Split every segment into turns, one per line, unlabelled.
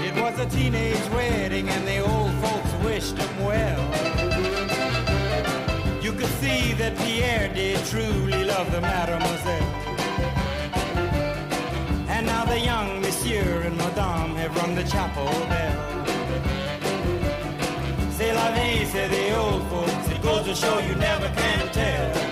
It was a teenage wedding and the old folks wished him well. You could see that Pierre did truly love the mademoiselle. And now the young monsieur and madame have rung the chapel bell. C'est la vie, say the old folks. It goes to show you never can tell.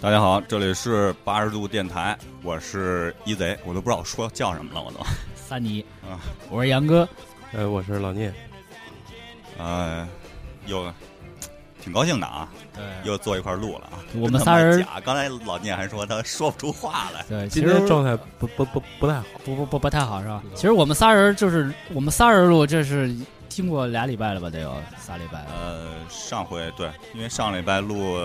大家好，这里是八十度电台，我是一贼，我都不知道我说叫什么了，我都，
三尼
啊，
我是杨哥，
呃，我是老聂，
呃，又挺高兴的啊，
对，
又坐一块儿录了啊。
我们
真他
仨
妈
人
假，刚才老聂还说他说不出话来，
对，其
今
实
天状态不不不不太好，
不不不不太好是吧？其实我们仨人就是我们仨人录，这是听过俩礼拜了吧？得有仨礼拜了。
呃，上回对，因为上礼拜录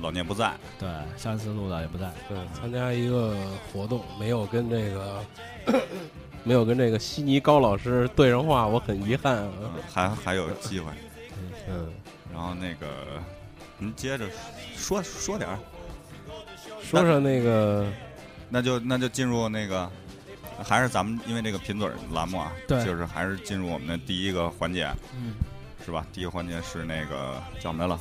老聂不在，
对，上次录的也不在，
对，参加一个活动，没有跟这个没有跟这个悉尼高老师对上话，我很遗憾啊。
嗯还还有机会。
嗯，
然后那个，您接着说说点儿，
说说那个，
那就那就进入那个，还是咱们因为这个贫嘴儿栏目啊，
对
就是还是进入我们的第一个环节，
嗯，
是吧？第一个环节是那个叫什么来了？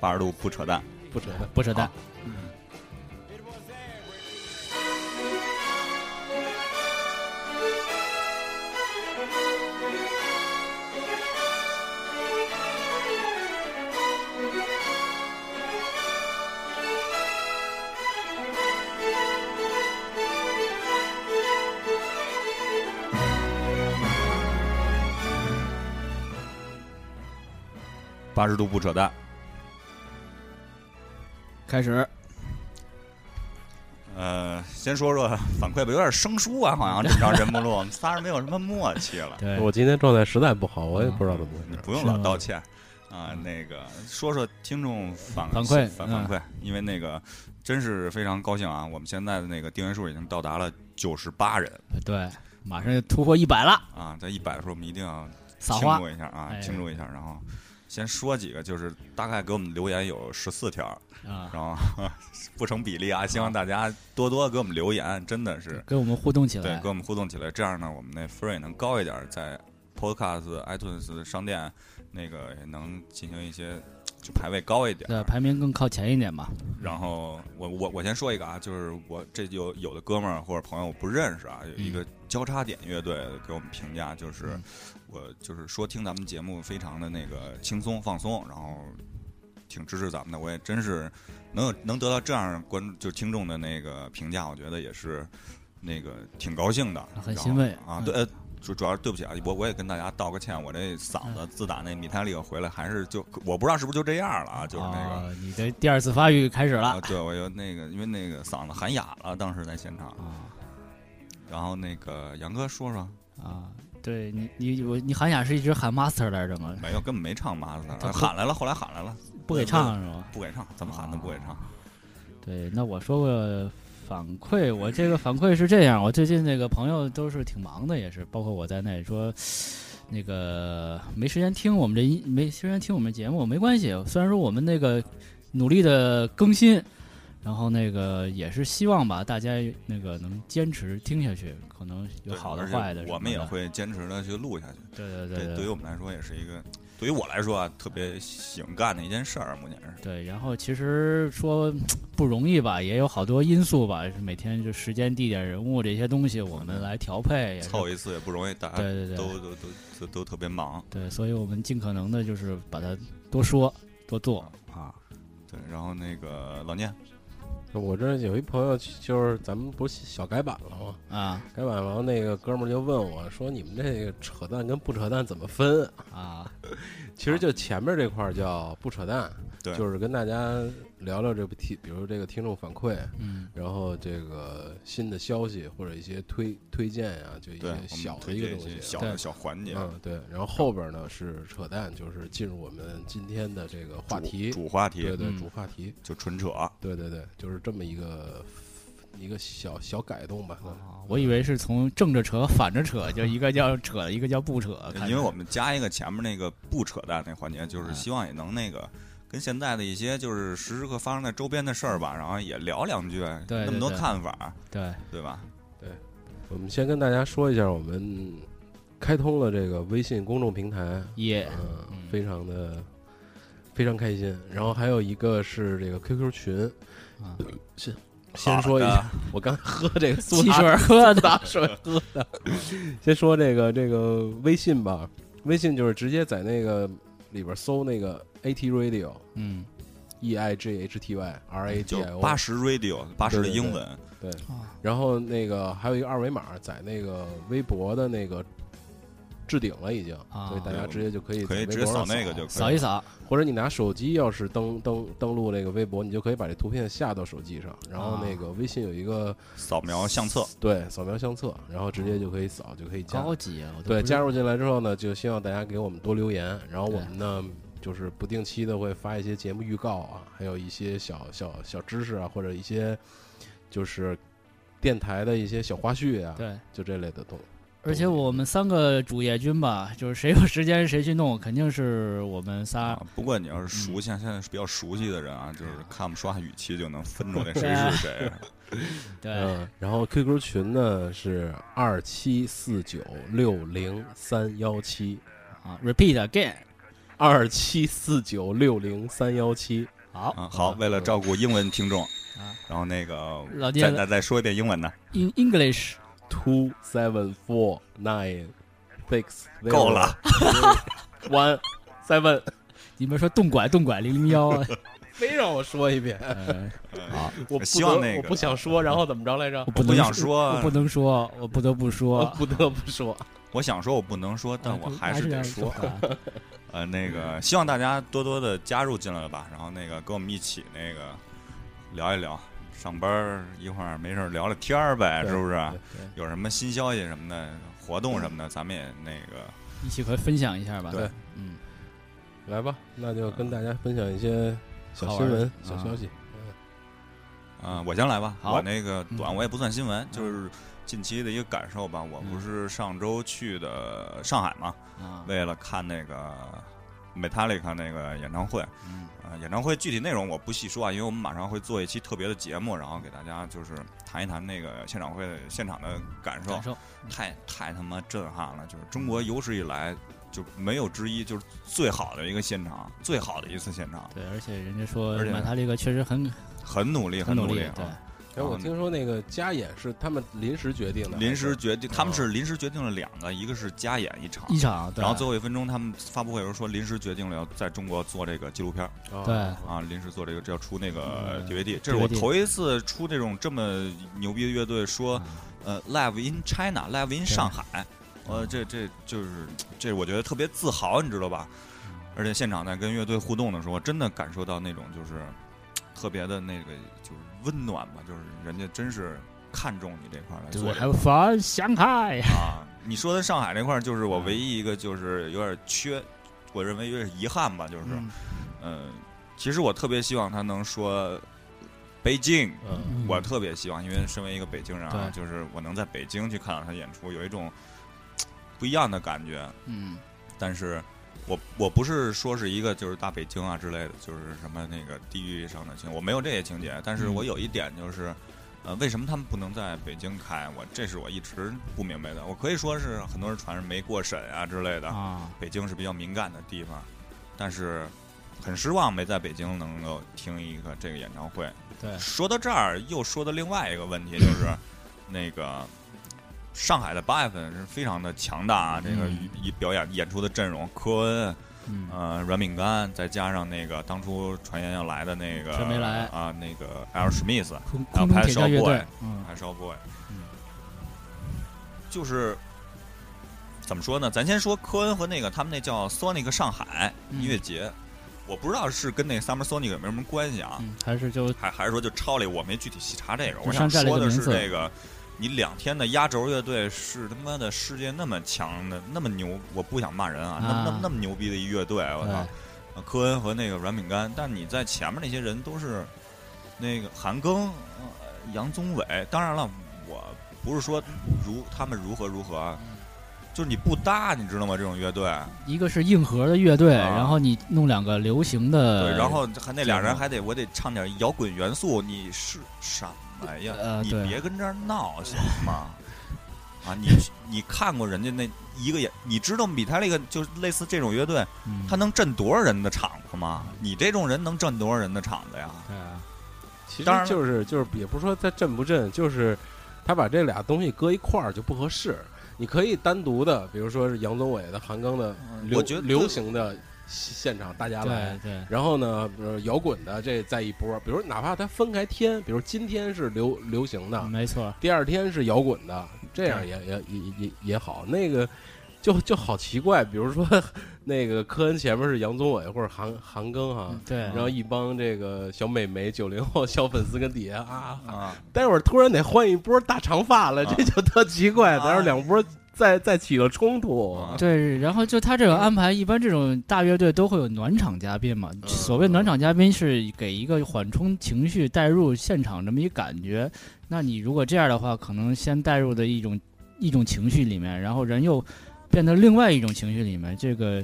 八十度不扯淡。
不扯淡，
不扯淡。
八十度不扯淡。
开始，
呃，先说说反馈吧，有点生疏啊，好像这让人不录，我 们仨人没有什么默契了。
对，
我今天状态实在不好，我也不知道怎么回
你
事。
不用老道歉啊、那个说说听众反
反馈
反
嗯
反馈，因为那个真是非常高兴啊，我们现在的那个订阅数已经到达了九十八人
对，马上就突破一百了，
啊，在一百的时候我们一定要
撒
庆
花
祝一下啊，
哎
庆祝一下，然后。先说几个，就是大概给我们留言有十四条，
啊！
然后 不成比例啊，希望大家多多给我们留言，真的是
跟我们互动起
对，
来
跟，我们互动起来，这样呢，我们那 free 能高一点，在 Podcast、iTunes 商店那个也能进行一些就排位高一点。啊
对，排名更靠前一点嘛。
然后我我我先说一个啊，就是我这有有的哥们儿或者朋友我不认识啊，有一个交叉点乐队给我们评价，就是、
嗯
我就是说听咱们节目非常的那个轻松放松，然后挺支持咱们的，我也真是能有能得到这样观众就听众的那个评价，我觉得也是那个挺高兴的，
很
然后
欣慰
啊，
嗯
对。呃主主要是对不起啊，我我也跟大家道个歉，我这嗓
嗯
子自打那米泰利克回来，还是就我不知道是不是就这样了啊，就是那个、
啊你的第二次发育开始
啊，
了
对，我有那个，因为那个嗓子喊哑了，当时在现场。
啊
然后那个杨哥说说，
啊！对你你我你喊哑是一直喊 master 来着吗？
没有，根本没唱马子，
嗯他
喊来了，后来喊来了，
不给唱是吗？
不给唱，怎么喊都不给唱。
啊对，那我说个反馈，我这个反馈是这样，我最近那个朋友都是挺忙的，也是包括我在内，说那个没时间听我们这一没时间听我们节目，没关系，虽然说我们那个努力的更新。然后那个也是希望吧，大家那个能坚持听下去，可能有
对
好的
而且
坏的什么的。
我们也会坚持的去录下去。
对对
这
对
对于
对
我们来说也是一个，对于我来说啊，特别喜欢干的一件事儿，目前是。
对。然后其实说不容易吧，也有好多因素吧，每天就时间、地点、人物这些东西，我们来调配，也是
凑一次也不容易，大家
对对对
都都都都都特别忙。
对，所以我们尽可能的就是把它多说多做啊。
对，然后那个老聂，
我这有一朋友，就是咱们不是小改版了吗？
啊
改版完，那个哥们儿就问我说：“你们这个扯淡跟不扯淡怎么分啊
啊，？”
其实就前面这块儿叫不扯淡，
对
就是跟大家聊聊这部听，比如这个听众反馈，
嗯，
然后这个新的消息或者一些推推荐呀、就一
对，我
些
们
小的
推
一个
荐一
东
些
西。啊
小
对
的小环节，
嗯，对。然后后边呢是扯淡，就是进入我们今天的这个话
主
题，
主话
对
题
对，
嗯
主话题，
就纯扯，啊
对对对，就是这么一个一个小小改动吧。
哦
啊我以为是从正着扯反着扯，就一个叫扯，一个叫不扯。看
因为
着
我们加一个前面那个不扯淡那环节，就是
嗯
希望也能那个跟现在的一些就是时时刻发生在周边的事儿吧，然后也聊两句，
对
那么多
对
看法，
对
对吧？
对，我们先跟大家说一下，我们开通了这个微信公众平台，
也
嗯
嗯，
非常的非常开心。然后还有一个是这个 QQ 群，
啊
先先说一
好
下
的，
我刚才喝 这个苏
汽
打
水喝
苏
的，
打水喝的。先说这个这个微信吧，微信就是直接在那个里边搜那个 AT Radio
嗯，
E I G H T Y R A
就
D I O
八十 radio 八十的
对对
英
对
文，
啊
然后那个还有一个二维码，在那个微博的那个置顶了已经，
啊
所以大家直接就可以
可以
在微
直接
博上
扫那个就可以
扫一扫，
或者你拿手机要是登登登录那个微博，你就可以把这图片下到手机上，然后那
啊
个微信有一个
扫描相册，
对扫描相册，然后直接就可以扫，就可以加。
高级啊，我都
对，
不知
加入进来之后呢，就希望大家给我们多留言，然后我
对
们呢就是不定期的会发一些节目预告啊，还有一些小小小知识啊，或者一些就是电台的一些小花絮啊，
对。
就这类的东西。
而且我们三个主业军吧，就是谁有时间谁去弄，肯定是我们仨
啊，不过你要是熟，像现在是比较熟悉的人啊，就是看我们说话语气就能分出来谁是谁。
对、
呃
嗯，然后 QQ 群呢是二七四九六零三幺七，
啊，repeat again，
二七四九六零三幺七。
好，
啊，好，为了照顾英文听众
啊，
然后那个
老
再
聂
再再说一遍英文呢，
in English，
two seven four nine six
够了
one seven，
你们说动拐动拐零 零幺，
非让我说一遍，
呃好，
我不
希望
得
那个
我不想 说，然后怎么着来着
我？
我
能
不想
我
说
不，能说，我不得不
我
说，
不得不说，
我想说我不能说，但我还
是
是得
要
说。
啊
呃，那个希望大家多多的加入进来吧，然后那个跟我们一起那个聊一聊，上班儿一会儿没事儿聊聊天儿呗，
对
是不是
对？
有什么新消息什么的，活动什么的，咱们也那个
一起快分享一下吧。
对，
嗯，
来吧，那就跟大家分享一些小
好玩
新
的
闻
啊、
小消息。
嗯，我先来吧。
好
我那个短，
嗯
我也不算新闻，就是近期的一个感受吧。我不是上周去的上海嘛，
啊，
为了看那个 Metallica 那个演唱会。
嗯
呃，演唱会具体内容我不细说啊，因为我们马上会做一期特别的节目，然后给大家就是谈一谈那个现场会的现场的感受
感。受
太太他妈震撼了！就是中国有史以来就没有之一，就是最好的一个现场，最好的一次现场，
对，而且人家说
而且
马塔这个确实很
很努力，
很
努
力，
啊
对，
哎，我听说那个加演是他们临时决定的，
临时决定，他们
哦
是临时决定了两个，一个是加演一场，
嗯一场，对
然后最后一分钟他们发布会的时候说临时决定了要在中国做这个纪录片儿
还是
对
哦
啊，临时做这个这要出那个
嗯
DVD，这是我
DVD
头一次出这种这么牛逼的乐队说
啊
呃 Live in China，Live in 上海，呃
嗯
这这就是这我觉得特别自豪，你知道吧？而且现场在跟乐队互动的时候，真的感受到那种就是特别的那个就是温暖吧，就是人家真是看重你这块儿来做
对，
这
还
个
有反想海，
啊，你说的上海那块儿，就是
嗯
我唯一一个就是有点缺，我认为有点遗憾吧，就是，
嗯
嗯，其实我特别希望他能说北京，
嗯，
我特别希望，因为身为一个北京人啊
对，
就是我能在北京去看到他演出，有一种嘖不一样的感觉。
嗯，
但是我我不是说是一个就是大北京啊之类的，就是什么那个地域上的情，我没有这些情节。但是
嗯
我有一点就是，呃，为什么他们不能在北京开？我这是我一直不明白的。我可以说是很多人传是没过审啊之类的，
啊，
北京是比较敏感的地方，但是很失望没在北京能够听一个这个演唱会。
对
说到这儿又说到另外一个问题， 就是那个上海的八月份是非常的强大啊，这个
嗯
一表演演出的阵容，科恩、
嗯，
呃软饼干，再加上那个当初传言要来的那个
谁没来
啊，那个 L. Smith，
空
然后
空中
拍
铁匠
Showboy
乐队，嗯，
还是 o boy，
嗯
就是怎么说呢？咱先说科恩和那个他们那叫 Sonic 上海
嗯
音乐节，我不知道是跟那 Summer Sonic 有没有什么关系啊？
嗯，还是就
还还是说就抄了一个？我没具体细查这个，
就
我想
山寨了
说
一个
的是
名字
这个。你两天的压轴乐队是他妈的世界那么强的，那么牛，我不想骂人啊，那么那么
啊哎
那么牛逼的一乐队，我操！呃科恩和那个软饼干，但你在前面那些人都是那个韩庚、呃杨宗纬。当然了，我不是说如他们如何如何啊，
嗯
就是你不搭，你知道吗？这种乐队，
一个是硬核的乐队，
啊
然后你弄两个流行的，
对，然后还那俩
这
人
个
还得我得唱点摇滚元素，你是什么呀？
呃
你
对
别跟这儿闹行吗？啊！ 你你看过人家那一个演，你知道米泰利克就是类似这种乐队，
嗯
他能震多少人的场子吗？你这种人能震多少人的场子呀？
对啊，
其实
当然了
就是就是也不是说它震不震，就是他把这俩东西搁一块儿就不合适。你可以单独的，比如说是杨宗纬的、韩庚的，流
我觉得
流行的现场大家来
对，对，
然后呢，比如摇滚的这在一波，比如哪怕它分开天，比如今天是流流行
嗯
的，
没错，
啊
第二天是摇滚的，这样也也也也也好。那个就就好奇怪，比如说 那个科恩前面是杨宗纬或者韩韩庚哈、
嗯对
然后一帮这个小美眉九零后小粉丝跟底下啊，
啊，
待会儿突然得换一波大长发了，
啊
这就特奇怪，
啊
待会儿两波再再起了冲突。
啊
对，然后就他这种安排，一般这种大乐队都会有暖场嘉宾嘛。
嗯
所谓暖场嘉宾是给一个缓冲情绪、带入现场这么一感觉。那你如果这样的话，可能先带入的一种一种情绪里面，然后人又变得另外一种情绪里面，这个。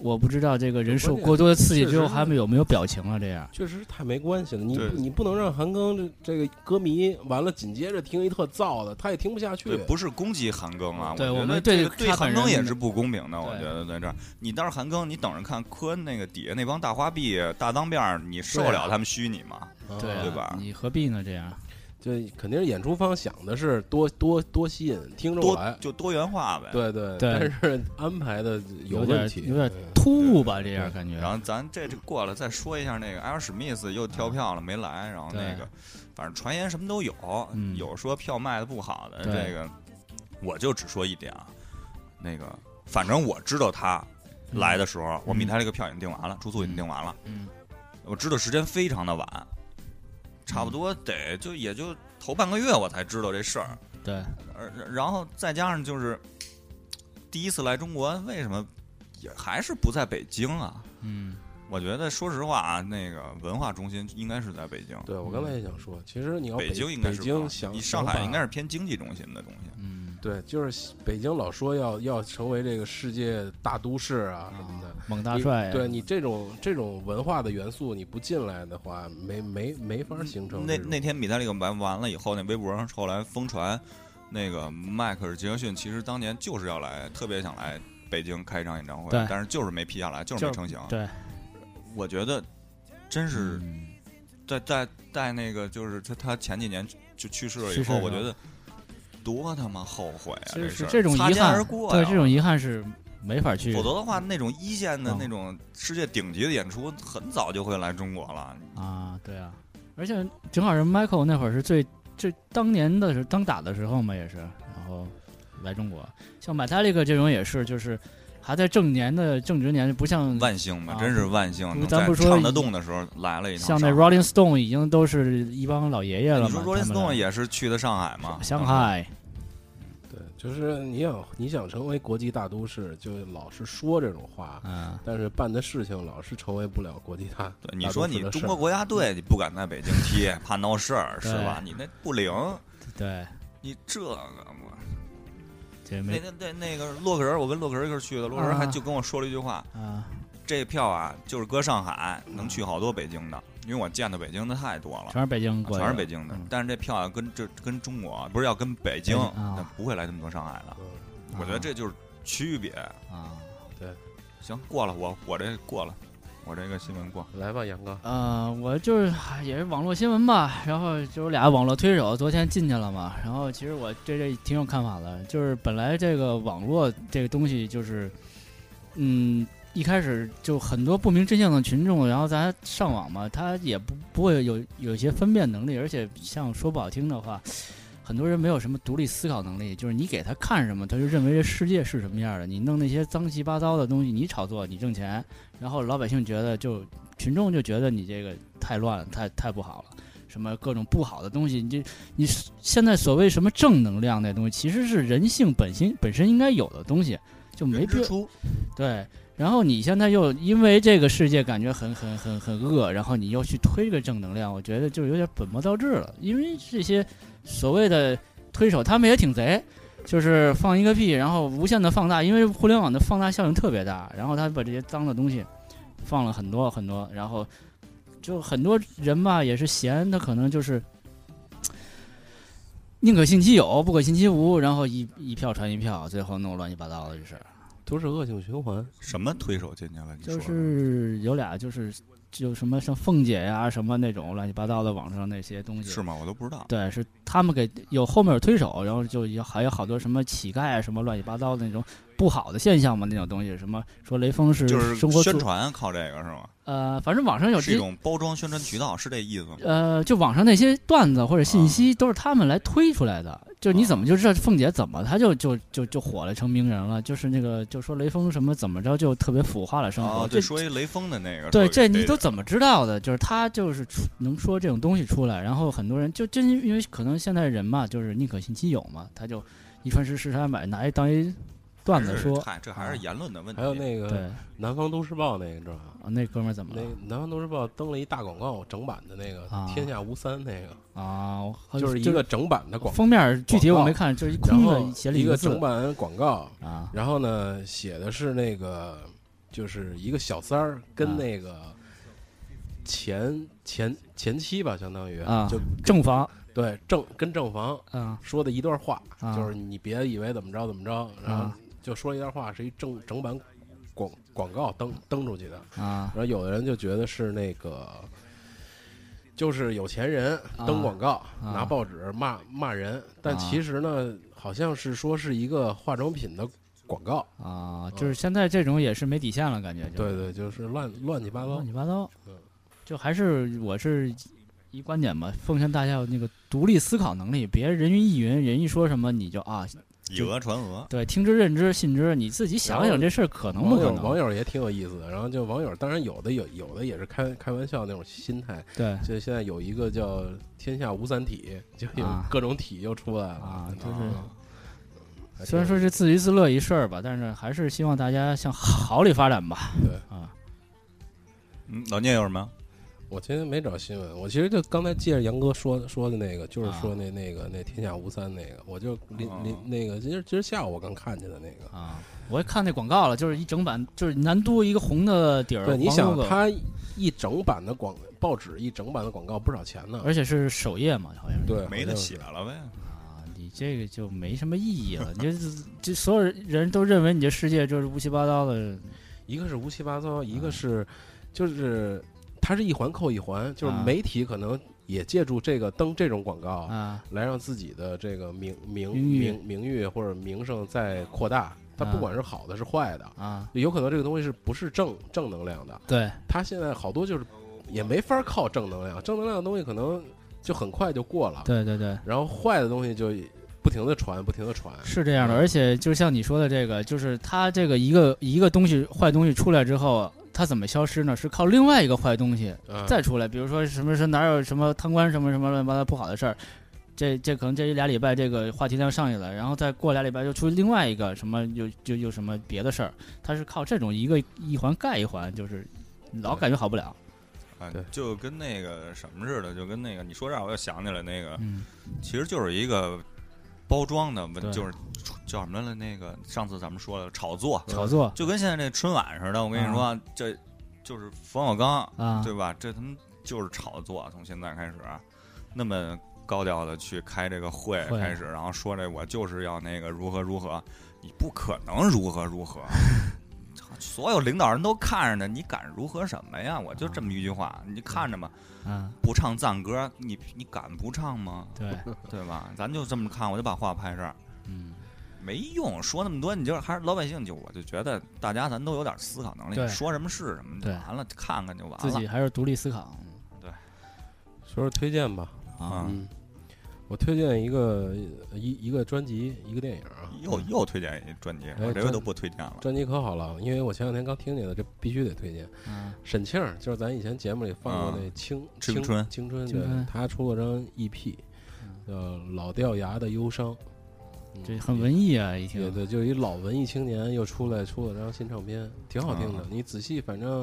我不知道这个人受过多的刺激之后
确实是
还有没有表情了，这样
确实太没关系了，你
对
你不能让韩庚这这个歌迷完了紧接着听一特燥的，他也听不下去
对，。不是攻击韩庚啊，
对
我
我
觉得
们
这
对
个对
他
韩
本
庚
人
也
的
是不公平的，我觉
对
得在这儿，你倒是韩庚，你等着看科恩那个底下那帮大花臂、大脏辫儿，你受
对啊
了他们虚你吗？
啊
对啊
对吧
你何必呢？这样
对，肯定是演出方想的是多多多吸引听众
多
来，
就多元化呗。
对对，
对
但是安排的有
点
问题，
有点突兀吧？这样
对
感觉。
然后咱这就过了，再说一下那个艾尔史密斯又跳票了，没来。然后那个，反正传言什么都有，
嗯
有说票卖的不好的
对
这个，我就只说一点啊，那个反正我知道他
嗯
来的时候，我米泰这个票已经订完了，住宿已经订完了，
嗯，
我知道时间非常的晚，差不多得就也就头半个月我才知道这事儿，
对，
而然后再加上就是第一次来中国，为什么也还是不在北京啊？
嗯，
我觉得，说实话啊，那个文化中心应该是在北京。
对我刚才也想说，其实你要
北京
京
应该是
北
文化
想
你上海应该
是
是偏经济中心的东西。
嗯，
对，就是北京老说要要成为这个世界大都市啊什么的。
猛大
你
帅啊呀，
对你这种这种文化的元素，你不进来的话，没没没法形成
那
这种
那天米泰利克完完了以后，那微博上后来疯传，那个迈克尔杰克逊其实当年就是要来，特别想来北京开一场演唱会
对，
但是就是没批下来，就是没
就
成型。
对，
我觉得真是
嗯
在在在那个就是他他前几年就去世了以
去世
后，
了
我觉得多他妈后悔啊！
其实
事
是
儿
这种
擦
遗
肩
憾，
而过
对
呀
这种遗憾是没法去
否则的话，那种一线的
嗯
那种世界顶级的演出，很早就会来中国了。
啊，对啊，而且正好是 Michael 那会儿是最最当年的时候当打的时候嘛，也是，然后来中国，像 Metallica 这种也是，就是还在正年的正值年，不像
万幸吧，
啊
真是万幸，能
咱
在
不说
唱得动的时候来了一趟
像
上海。
那 Rolling Stone 已经都是一帮老爷爷了嘛，
你说 Rolling
他们
Stone
来
也是去的上海吗？
上海，
对，就是你想你想成为国际大都市，就老是说这种话，
啊
嗯，
但是办的事情老是成为不了国际大。
对。你说你
大都市
中
的事儿
国国家队，你不敢在北京踢，怕闹事儿是
嗯对
吧？你那不灵，
对，
你这个我
这
那
没
那那那个洛克人，我跟洛克人一块儿去的，洛克人还
啊
就跟我说了一句话：
啊，
这票啊，就是搁上海能去好多北京的，因为我见的北京的太多了。
全是北京过去的，
啊全是北京的
嗯，
但是这票要跟这跟中国不是要跟北京
北京啊，
但不会来这么多上海的。
嗯，
我觉得这就是区别。
啊。
行，过了，我我这过了，我这个新闻过。
来吧，杨哥，
呃，我就是唉也是网络新闻吧，然后就有俩网络推手昨天进去了嘛，然后其实我对这挺有看法的，就是本来这个网络这个东西就是，嗯，一开始就很多不明真相的群众，然后咱上网嘛，他也不不会有有一些分辨能力，而且像说不好听的话。很多人没有什么独立思考能力，就是你给他看什么，他就认为这世界是什么样的。你弄那些脏七八糟的东西，你炒作，你挣钱，然后老百姓觉得就群众就觉得你这个太乱了，太太不好了，什么各种不好的东西，你这你现在所谓什么正能量那东西，其实是人性本心本身应该有的东西，就没
人
必
之
要
初，
对。然后你现在又因为这个世界感觉很很很很恶，然后你又去推个正能量，我觉得就有点本末倒置了。因为这些所谓的推手，他们也挺贼，就是放一个屁，然后无限的放大，因为互联网的放大效应特别大，然后他把这些脏的东西放了很多很多，然后就很多人吧也是闲，他可能就是宁可信其有，不可信其无，然后一一票传一票，最后弄乱七八糟的这事儿。
都是恶性循环。
什么推手进去了？你说
就是有俩就是就什么像凤姐呀什么那种乱七八糟的网上那些东西
是吗？我都不知道。
对，是他们给有后面有推手，然后就有还有好多什么乞丐啊，什么乱七八糟的那种不好的现象嘛，那种东西，什么说雷锋是
就是
生活
宣
素
传靠这个是吗？
呃，反正网上有
是一
这
种包装宣传渠道，是这意思吗？
呃，就网上那些段子或者
啊
信息都是他们来推出来的。就你
啊
怎么就知道凤姐怎么她就就就就火了成名人了？就是那个就说雷锋什么怎么着就特别腐化了生活，
啊，
这
对，说一雷锋的那个，
对，
说
这你都怎么知道的？就是他就是出能说这种东西出来，然后很多人就真因为可能现在人嘛，就是宁可信其有嘛，他就一传十，十传百，拿一当一段子
还是
说。啊
嗨，这还是言论的问题。
还有那个
对，
《南方都市报》那个，你知道吧？
啊那哥们儿怎么
那《
了
南方都市报》登了一大广告，整版的那个
啊
“天下无三”那个，
啊？我
就是一个整版的广告，
封面儿，具体我
广告
没看，就是一
然
空
后
的写了
一
个
个
字
整版广告，
啊
然后呢写的是那个就是一个小三儿
啊
跟那个前前前妻吧，相当于
啊
就
正房
对正跟正房
啊
说的一段话，
啊
就是你别以为怎么着怎么着，然后
啊
就说了一段话，是一正整版广广告登登出去的。
啊
然后有的人就觉得是那个，就是有钱人
啊
登广告，
啊
拿报纸骂骂人，但
啊
其实呢，好像是说是一个化妆品的广告。
啊！就是现在这种也是没底线了，感觉就
对对，就是乱乱七八糟
乱。七八糟
嗯，
就还是我是一观点吧，奉劝大家有那个独立思考能力，别人云亦云，人一说什么你就啊，
嗯
以讹传讹，
对，听之任之，信之，你自己想
然后
想这事儿可能不
网
可
友网
能？
友也挺有意思的，然后就网友，当然有的有有的也是开开玩笑那种心态。
对
就现在有一个叫“天下无三体”，就有
啊
各种体又出来了
啊，就
啊
是
还
虽然
挺
说是自娱自乐一事儿吧，但是还是希望大家向好里发展吧。啊
嗯，老聂有什么？
我今天没找新闻，我其实就刚才接着杨哥说说的那个，就是
啊
说那那个那天下无三那个，我就临
啊
临那个今儿今儿下午我刚看见的那个。
啊，我也看那广告了，就是一整版，就是南都一个红的
呃
底儿，
对，你
黄
想
logo
他一整版的广报纸一整版的广告不少钱呢，
而且是首页嘛，好像是。
对，
没得
好像是
写。了呗。
啊，你这个就没什么意义了。你这这所有人都认为你这世界就是乌七八糟的，
一个是乌七八糟，
啊
一个是就是它是一环扣一环，就是
啊
媒体可能也借助这个登这种广告
啊
来让自己的这个名名
名誉
名名誉或者名声再扩大。它不
啊
管是好的是坏的，
啊，
有可能这个东西是不是正正能量的？
对
它现在好多就是也没法靠正能量，正能量的东西可能就很快就过了，
对对对，
然后坏的东西就不停的传，不停的传。
是这样的。
嗯
而且就像你说的这个，就是它这个一个一个东西坏东西出来之后，它怎么消失呢？是靠另外一个坏东西
嗯
再出来，比如说什么是哪有什么贪官什么什么乱七八糟不好的事儿。这这可能这一俩礼拜这个话题量上去了，然后再过俩礼拜又出另外一个什么又就又什么别的事儿，它是靠这种一个一环盖一环，就是老
对
感觉好不了。
啊
对，
就跟那个什么似的，就跟那个你说这儿，我又想起来那个，
嗯，
其实就是一个包装的
对
问，就是叫什么来了？那个上次咱们说了炒作，
炒作
就跟现在这春晚似的。我跟你说，这就是冯小刚，
啊，
对吧？这他妈就是炒作，从现在开始，那么高调的去开这个会
会
开始，然后说这我就是要那个如何如何，你不可能如何如何。所有领导人都看着呢，你敢如何什么呀？我就这么一句话，你看着吧。
啊，
不唱赞歌，你你敢不唱吗？
对，
对吧？咱就这么看，我就把话拍这儿，
嗯，
没用。说那么多，你就是还是老百姓，就我就觉得大家咱都有点思考能力
对，
说什么是什么就
对
完了，看看就完
自
了
己。还是独立思考
说说推荐吧，
啊，
嗯，我推荐一个呃一一个专辑，一个电影啊，
又又推荐一专辑，
哎
我这回
专
都不推荐了。
专辑可好了，因为我前两天刚听见的，这必须得推荐。
嗯，
沈庆儿就是咱以前节目里放过那青、
啊青
青
春
青春，
青
对
春，嗯
他出过张 EP，叫《老掉牙的忧伤》，嗯
这很文艺啊，一
也
听
对，就是一老文艺青年又出来出了张新唱片，挺好听的
啊。
你仔细，反正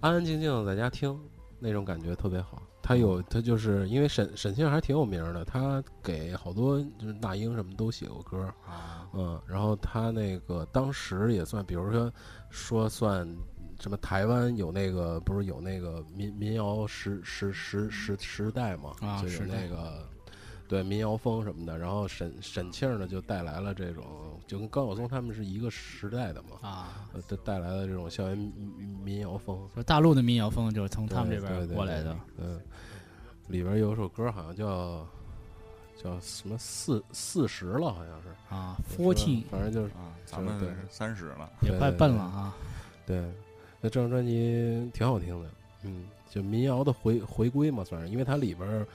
安安静静的在家听，那种感觉特别好。
嗯
他有他就是因为沈沈庆还挺有名儿的，他给好多就是那英什么都写过歌，
啊，
嗯，然后他那个当时也算，比如说说算什么台湾有那个不是有那个民民谣时时时时时代嘛，
啊
就有
时代
那个对民谣风什么的。然后沈沈庆呢，就带来了这种，就跟高晓松他们是一个时代的嘛，
啊。
呃，带带来了这种校园民民谣风。
说大陆的民谣风就是从他们
对
这
对
边
对
过来的，
嗯，里边有首歌好像叫叫什么四四十了，好像是
啊
我说
，Fourteen
反正就是
啊，咱
对对
们三十了，
也
对
快
对
笨
对
了啊。
对，那这张专辑挺好听的，嗯，就民谣的回回归嘛，算是，因为它里边儿，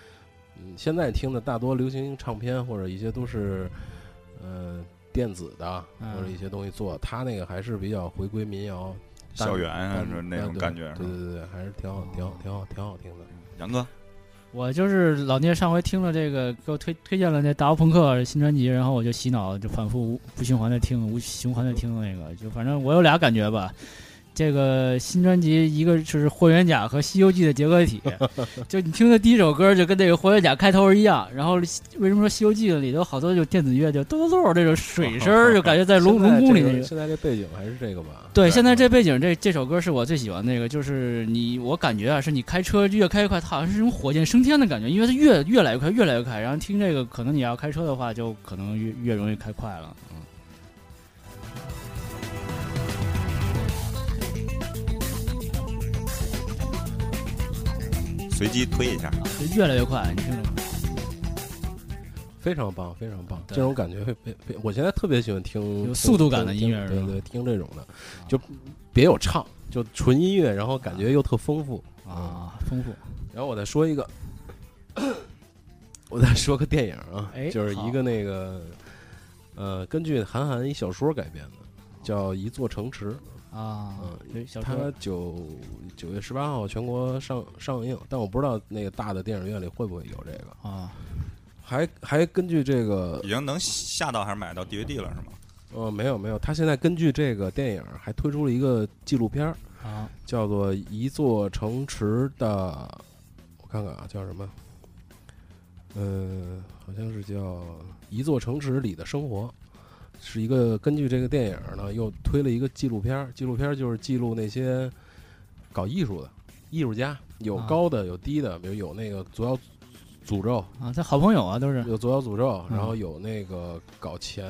嗯，现在听的大多流行唱片或者一些都是，呃，电子的
嗯
或者一些东西做，它那个还是比较回归民谣，单
校园啊
单
说那种
单
感觉。嗯
对对对对，还是挺好，挺好，挺好，挺好听的。
杨哥，
我就是老聂上回听了这个，给我推推荐了那达夫朋克新专辑，然后我就洗脑，就反复无不循环的听，无循环的听那个，就反正我有俩感觉吧。这个新专辑，一个就是《霍元甲》和《西游记》的结合 体，就你听的第一首歌就跟那个《霍元甲》开头一样。然后为什么说《西游记》里头好多就电子乐，就嘟嘟嘟这种水 声儿，就感觉在龙
现在
龙宫里
这
那
个
个。
现在这背景还是这个吧？
对，
对
现在
嗯
这背景这这首歌是我最喜欢的那个，就是你我感觉啊，是你开车越开越快，它好像是那种火箭升天的感觉，因为它越越来越快，越来越快。然后听这个，可能你要开车的话，就可能越越容易开快了。嗯，
随机推一下。
就越来越快，你听着吗？
非常棒，非常棒，
对
这种感觉会非非，我现在特别喜欢听
有速度感的音乐
听
是吧啊
对对，听这种的，就别有唱，就纯音乐，然后感觉又特丰富。
啊，丰富。
然后我再说一个，我再说个电影啊
哎，
就是
好
一个那个，呃，根据韩寒一小说改编的，叫《一座城池》。
啊，对小
它
车
九九月十八号全国上上映，但我不知道那个大的电影院里会不会有这个。
啊，
还还根据这个
已经能下到还是买到 DVD 了是吗？
呃，没有没有，他现在根据这个电影还推出了一个纪录片儿，
啊，
叫做《一座城池的》，我看看啊，叫什么？呃，好像是叫《一座城池里的生活》，是一个根据这个电影呢，又推了一个纪录片儿。纪录片儿就是记录那些搞艺术的艺术家，有
啊
高的，有低的，比如有那个左摇诅咒，
啊，他好朋友啊，都是
有左摇诅咒，然
嗯
后有那个搞钱，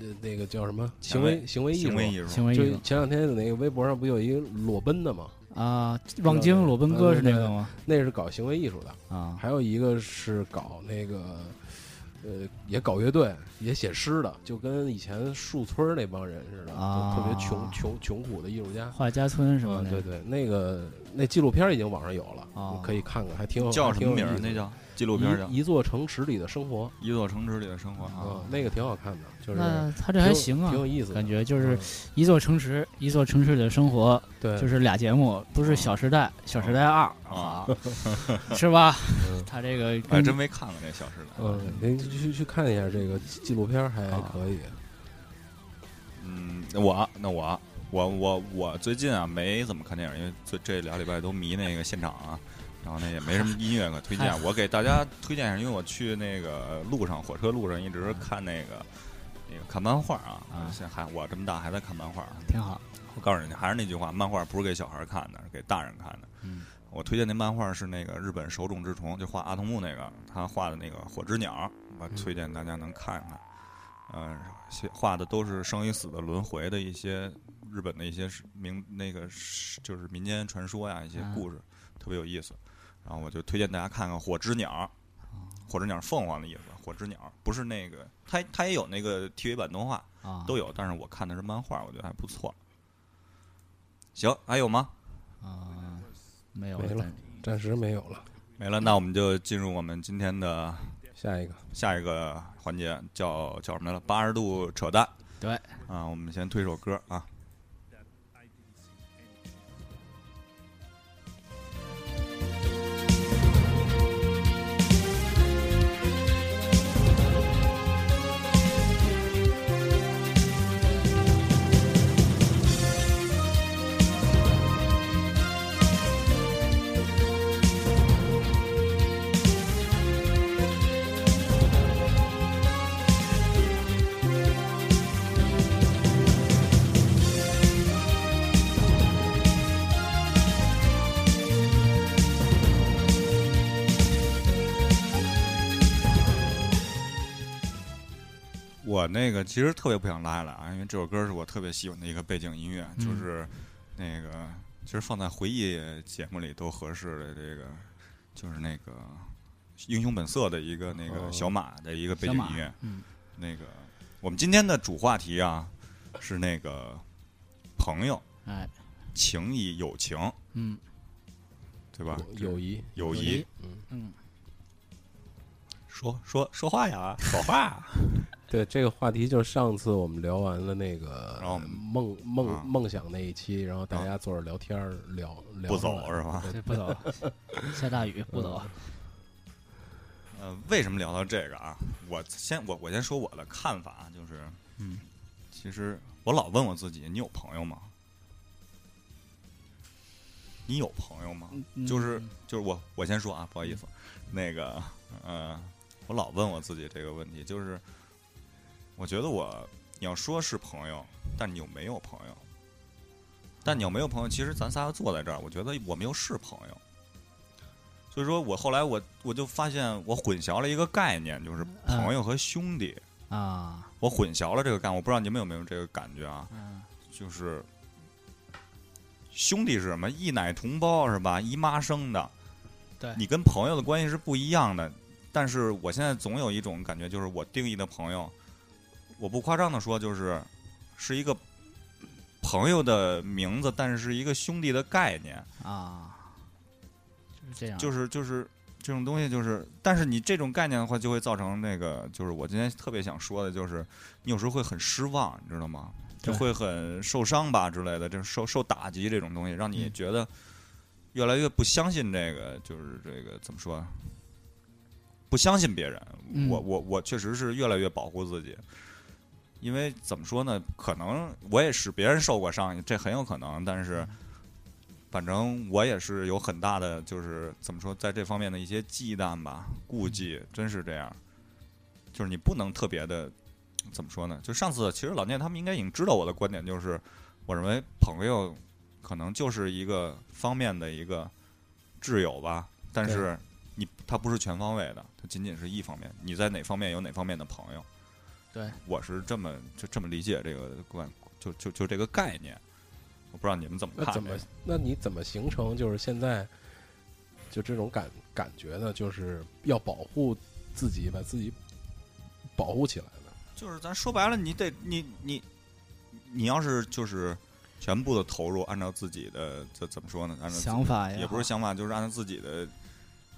呃那个叫什么行
前卫
为行为艺术
行，为艺术
行为艺
就
术
前两天有那个微博上不有一裸奔的嘛，
啊，望京裸奔哥是那个吗？
那是搞行为艺术的，
啊
还有一个是搞那个，呃，也搞乐队，也写诗的，就跟以前树村那帮人似的，
啊
就特别穷穷穷苦的艺术家。
画家村什么
嗯
的，
对对，那个那纪录片已经网上有了，
哦
你可以看看，还挺有
叫
还
什
挺
么名
有意
儿？
思
那
的
叫纪录片儿叫《
一一座城池里的生活
一座城池里的生活》
哦
啊。
嗯，那个挺好看的，就是
那他这
挺有
还行啊
挺，有意思的，
感觉就
就是
一座城池，一座城市里的生活，
嗯
嗯
对，
就是俩节目，不是《小时代》
哦
《小时代二》
啊，
是吧
嗯？
他这个
我还
跟
哎真没看过那《小时代》。
嗯，您去去看一下这个纪录片，还可以。
嗯，那我啊那我啊我我我最近啊没怎么看电影，因为最这俩礼拜都迷那个现场啊，然后那也没什么音乐可推
哎
荐。我给大家推荐一下，因为我去那个路上火车路上一直看那个那个看漫画啊
啊，
现在还我这么大还在看漫画。
挺好。
我告诉你，还是那句话，漫画不是给小孩看的，是给大人看的。
嗯
我推荐那漫画是那个日本手冢治虫，就画阿童木那个，他画的那个《火之鸟》，我推荐大家能看看。呃，写画的都是生与死的轮回的一些日本的一些是名那个是就是民间传说呀，一些
啊
故事、特别有意思。然后我就推荐大家看看《火之鸟》，火之鸟凤凰的意思，火之鸟不是那个，它它也有那个 TV 版动画
啊，
都有，但是我看的是漫画，我觉得还不错。行，还有吗？
啊，没有
没了暂时没有了，
没了，那我们就进入我们今天的
下一个
下一个环节叫叫什么来了？八十度扯淡。
对
啊，我们先推首歌啊。我那个其实特别不想拉下来啊，因为这首歌是我特别喜欢的一个背景音乐，
嗯
就是那个其实放在回忆节目里都合适的这个，就是那个《英雄本色》的一个那
哦
个小马的一个背
小
景
马
音乐。，
嗯，
那个我们今天的主话题啊是那个朋友、
哎，
情谊、友情，
嗯
对吧？
友谊，
友
友
谊
谊，
嗯，
嗯，
说说说话呀，说话。
对，这个话题就是上次我们聊完了那个，
然后我们
梦梦、
啊
梦想那一期，然后大家坐着聊天儿聊 聊
不
出
走
来
是吧？
这不走，下大雨不走，
呃，为什么聊到这个啊？我先我我先说我的看法啊，就是，
嗯，
其实我老问我自己，你有朋友吗？你有朋友
嗯
吗？嗯就是就是我我先说啊，不好意思，那个呃，我老问我自己这个问题，就是我觉得我你要说是朋友，但你有没有朋友？但你有没有朋友？其实咱仨坐在这儿，我觉得我们又是朋友。所以说我后来我我就发现我混淆了一个概念，就是朋友和兄弟，
啊，
我混淆了这个概念。我不知道你们有没有这个感觉啊？
嗯
就是兄弟是什么？一奶同胞是吧？姨妈生的，
对
你跟朋友的关系是不一样的。但是我现在总有一种感觉，就是我定义的朋友，我不夸张的说，就是是一个朋友的名字，但是是一个兄弟的概念，
啊，就是这样，
就是是就是。这种东西就是，但是你这种概念的话，就会造成那个，就是我今天特别想说的，就是你有时候会很失望，你知道吗？就
对
会很受伤吧之类的，这受受打击这种东西，让
嗯
你觉得越来越不相信这个，就是这个怎么说啊？不相信别人，
嗯
我我我确实是越来越保护自己，因为怎么说呢？可能我也是别人受过伤，这很有可能，但是
嗯
反正我也是有很大的就是怎么说，在这方面的一些忌惮吧、
嗯
顾忌，真是这样。就是你不能特别的怎么说呢？就上次其实老聂他们应该已经知道我的观点，就是我认为朋友可能就是一个方面的一个挚友吧，但是你他不是全方位的，他仅仅是一方面。你在哪方面有哪方面的朋友？
对，
我是这么就这么理解这个观，就就就这个概念。我不知道你们怎么
那
看、这
怎
个？
么？那你怎么形成就是现在就这种感感觉呢？就是要保护自己，把自己保护起来呢？
就是咱说白了，你得你你你要是就是全部的投入，按照自己的这怎么说呢？按照自
想法呀，
也不是想法，就是按照自己的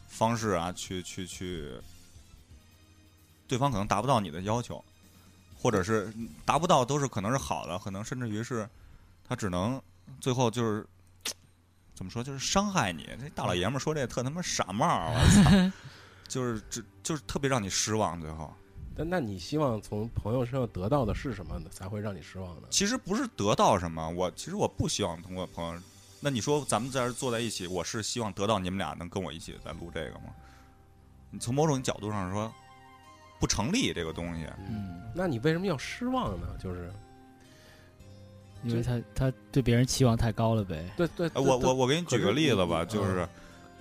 方式啊，去去去，对方可能达不到你的要求，或者是达不到都是可能是好的，可能甚至于是他只能最后就是怎么说，就是伤害你。这大老爷们儿说这特他妈傻帽儿，我操！就是这就是特别让你失望，最后。
但那你希望从朋友身上得到的是什么呢？才会让你失望呢？
其实不是得到什么，我其实我不希望通过朋友。那你说咱们在这儿坐在一起，我是希望得到你们俩能跟我一起在录这个吗？你从某种角度上说，不成立这个东西。
嗯，
那你为什么要失望呢？就是
嗯
因为他他对别人期望太高了呗，
对对，
呃
对
我
对
我我给你举个例子吧，
可是你嗯
就是，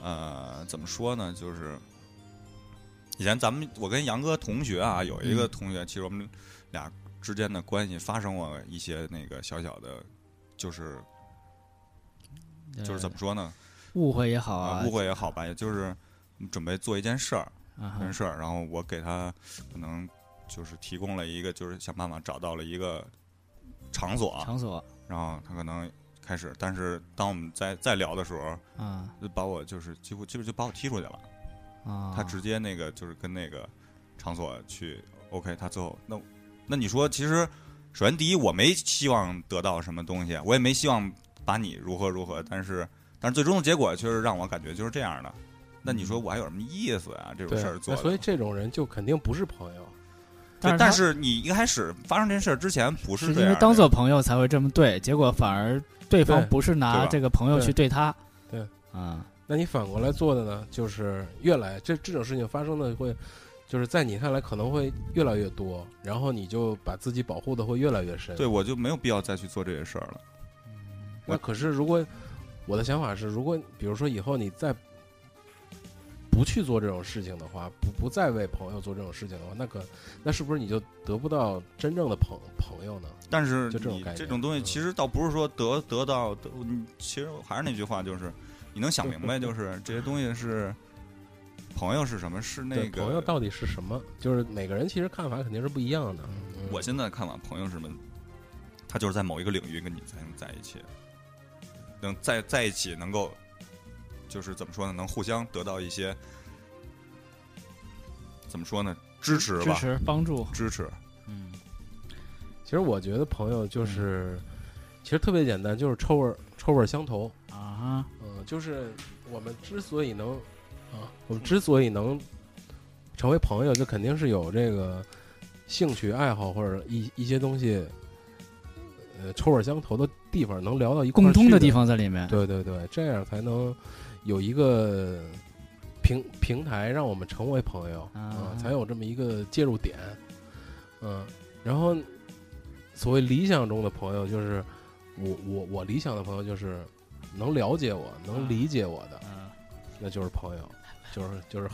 呃，怎么说呢？就是以前咱们我跟杨哥同学啊，有一个
嗯
同学，其实我们俩之间的关系发生过一些那个小小的，就是
哎
就是怎么说呢？呃
误会也好啊，
误会也好吧，也就是准备做一件事儿，
啊哈
嗯
人事儿，然后我给他可能就是提供了一个，就是想办法找到了一个场所，
场所
然后他可能开始，但是当我们在再聊的时候，
啊
就把我就是几乎就是就把我踢出去了，
啊，
他直接那个就是跟那个场所去 OK，他最后那那你说其实首先第一我没希望得到什么东西，我也没希望把你如何如何，但是但是最终的结果却是让我感觉就是这样的。那你说我还有什么意思啊？这种
嗯对
事儿做
那
的，
所以这种人就肯定不是朋友。
对，但
但他
是你一开始发生这件事儿之前不
是
这
因
样的，
为当做朋友才会这么对，结果反而对方
对
不是
对
拿
吧
这个朋友去对他，
对
啊，
那你反过来做的呢，就是越来这这种事情发生的会，就是在你看来可能会越来越多，然后你就把自己保护的会越来越深。
对，我就没有必要再去做这些事儿了。
那可是如果我的想法是，如果比如说以后你再不不去做这种事情的话，不不再为朋友做这种事情的话，那可那是不是你就得不到真正的朋朋友呢？
但是
就这种
你
概念
这种东西
嗯
其实倒不是说得得到得，你其实还是那句话，就是你能想明白，就是这些东西是朋友是什么？是那
对，
个
朋友到底是什么？就是每个人其实看法肯定是不一样的。嗯
我现在看法，朋友是什么？他就是在某一个领域跟你才能在一起，能在在一起能够，就是怎么说呢？能互相得到一些怎么说呢？支持
支
吧，
持帮助，
支持。
嗯，
其实我觉得朋友就是，
嗯
其实特别简单，就是臭味儿臭味儿相投。
啊
嗯，就是我们之所以能啊，我们之所以能成为朋友，就肯定是有这个兴趣爱好或者一一些东西，呃，臭味相投的地方，能聊到一块
共
儿
通
去
的
的
地。方在里面，
对对对，这样才能有一个平平台让我们成为朋友
啊
才有这么一个介入点。嗯，然后所谓理想中的朋友，就是我我我理想的朋友就是能了解我、
啊
能理解我的，
嗯，
那就是朋友，就是就是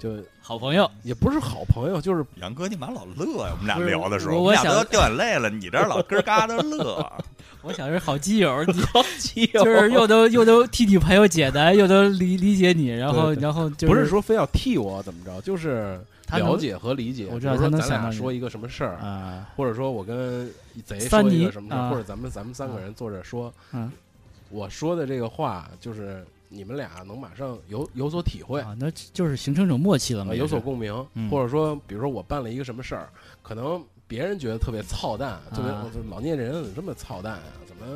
就
好朋友，
也不是好朋友，就是
杨哥，你妈老乐呀、我们俩
不是
聊的时候，们
我
俩
我
都
想
掉眼泪了，你这儿老咯嘎的 乐。啊
我想是好基友，你
好基 友
就是又都又都替你朋友解难，又都理理解你，然后
对对
然后就
不是说非要替我怎么着，就是
他能
了解和理解。
我知道
比如
他
说
能
咱
想到
俩
你
说一个什么事儿，
啊，
或者说我跟贼
三
说
尼
一个什么事儿，
啊
或者咱们咱们三个人坐着说，
嗯
我说的这个话就是你们俩能马上有有所体会，
啊，那就是形成一种默契了嘛，
呃
也
有所
是
共鸣，
嗯
或者说比如说我办了一个什么事儿，可能别人觉得特别操蛋，特别、
啊
我说老聂这人怎么这么操蛋啊，怎么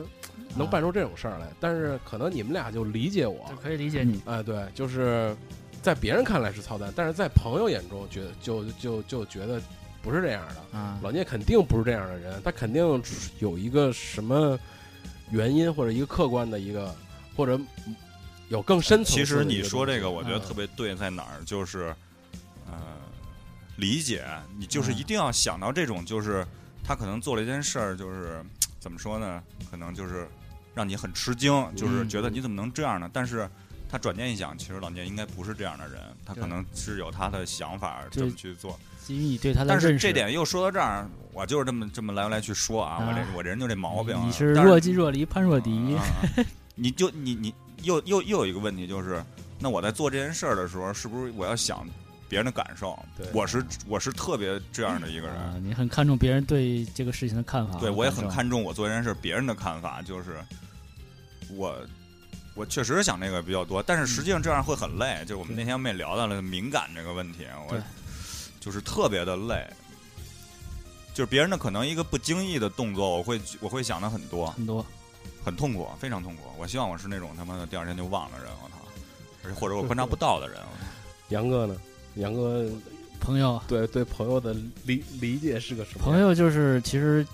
能
啊
办出这种事儿来？但是可能你们俩就理解我，
就可以理解你，
哎，对，就是在别人看来是操蛋，但是在朋友眼中觉得就就就觉得不是这样的。
啊
老聂肯定不是这样的人，他肯定有一个什么原因，或者一个客观的一个，或者有更深层次
其
的一个东
实你
西。
说这个，我觉得
嗯
特别对，在哪儿就是，呃，理解你就是
嗯
一定要想到这种，就是他可能做了一件事儿，就是怎么说呢？可能就是让你很吃惊，就是
嗯
觉得你怎么能这样呢？但是他转念一想，其实老聂应该不是这样的人，他可
对
能是有他的想法
对
这么去做。
基于你对他的
但是
认识，
这点又说到这儿，我就是这么这么来来去说啊，我
啊
这我这人就这毛病啊。
你是
但
若即若离，潘若迪
啊， 啊啊你就你你又又又有一个问题就是，那我在做这件事儿的时候，是不是我要想别人的感受
对？
我是我是特别这样的一个人，
啊，你很看重别人对这个事情的看法，啊
对我也很
受
看重我做这件事儿别人的看法，就是我。我确实想这个比较多，但是实际
嗯
上这样会很累。就是我们那天我们也聊到了敏感这个问题，我
对
就是特别的累。就是别人的可能一个不经意的动作，我会我会想的很多。
很多，
很痛苦，非常痛苦。我希望我是那种他妈的第二天就忘的人，我操，而且或者我观察不到的人，我操
杨哥呢？杨哥
朋友啊
对对朋友的理理解是个什么？
朋，友就是其实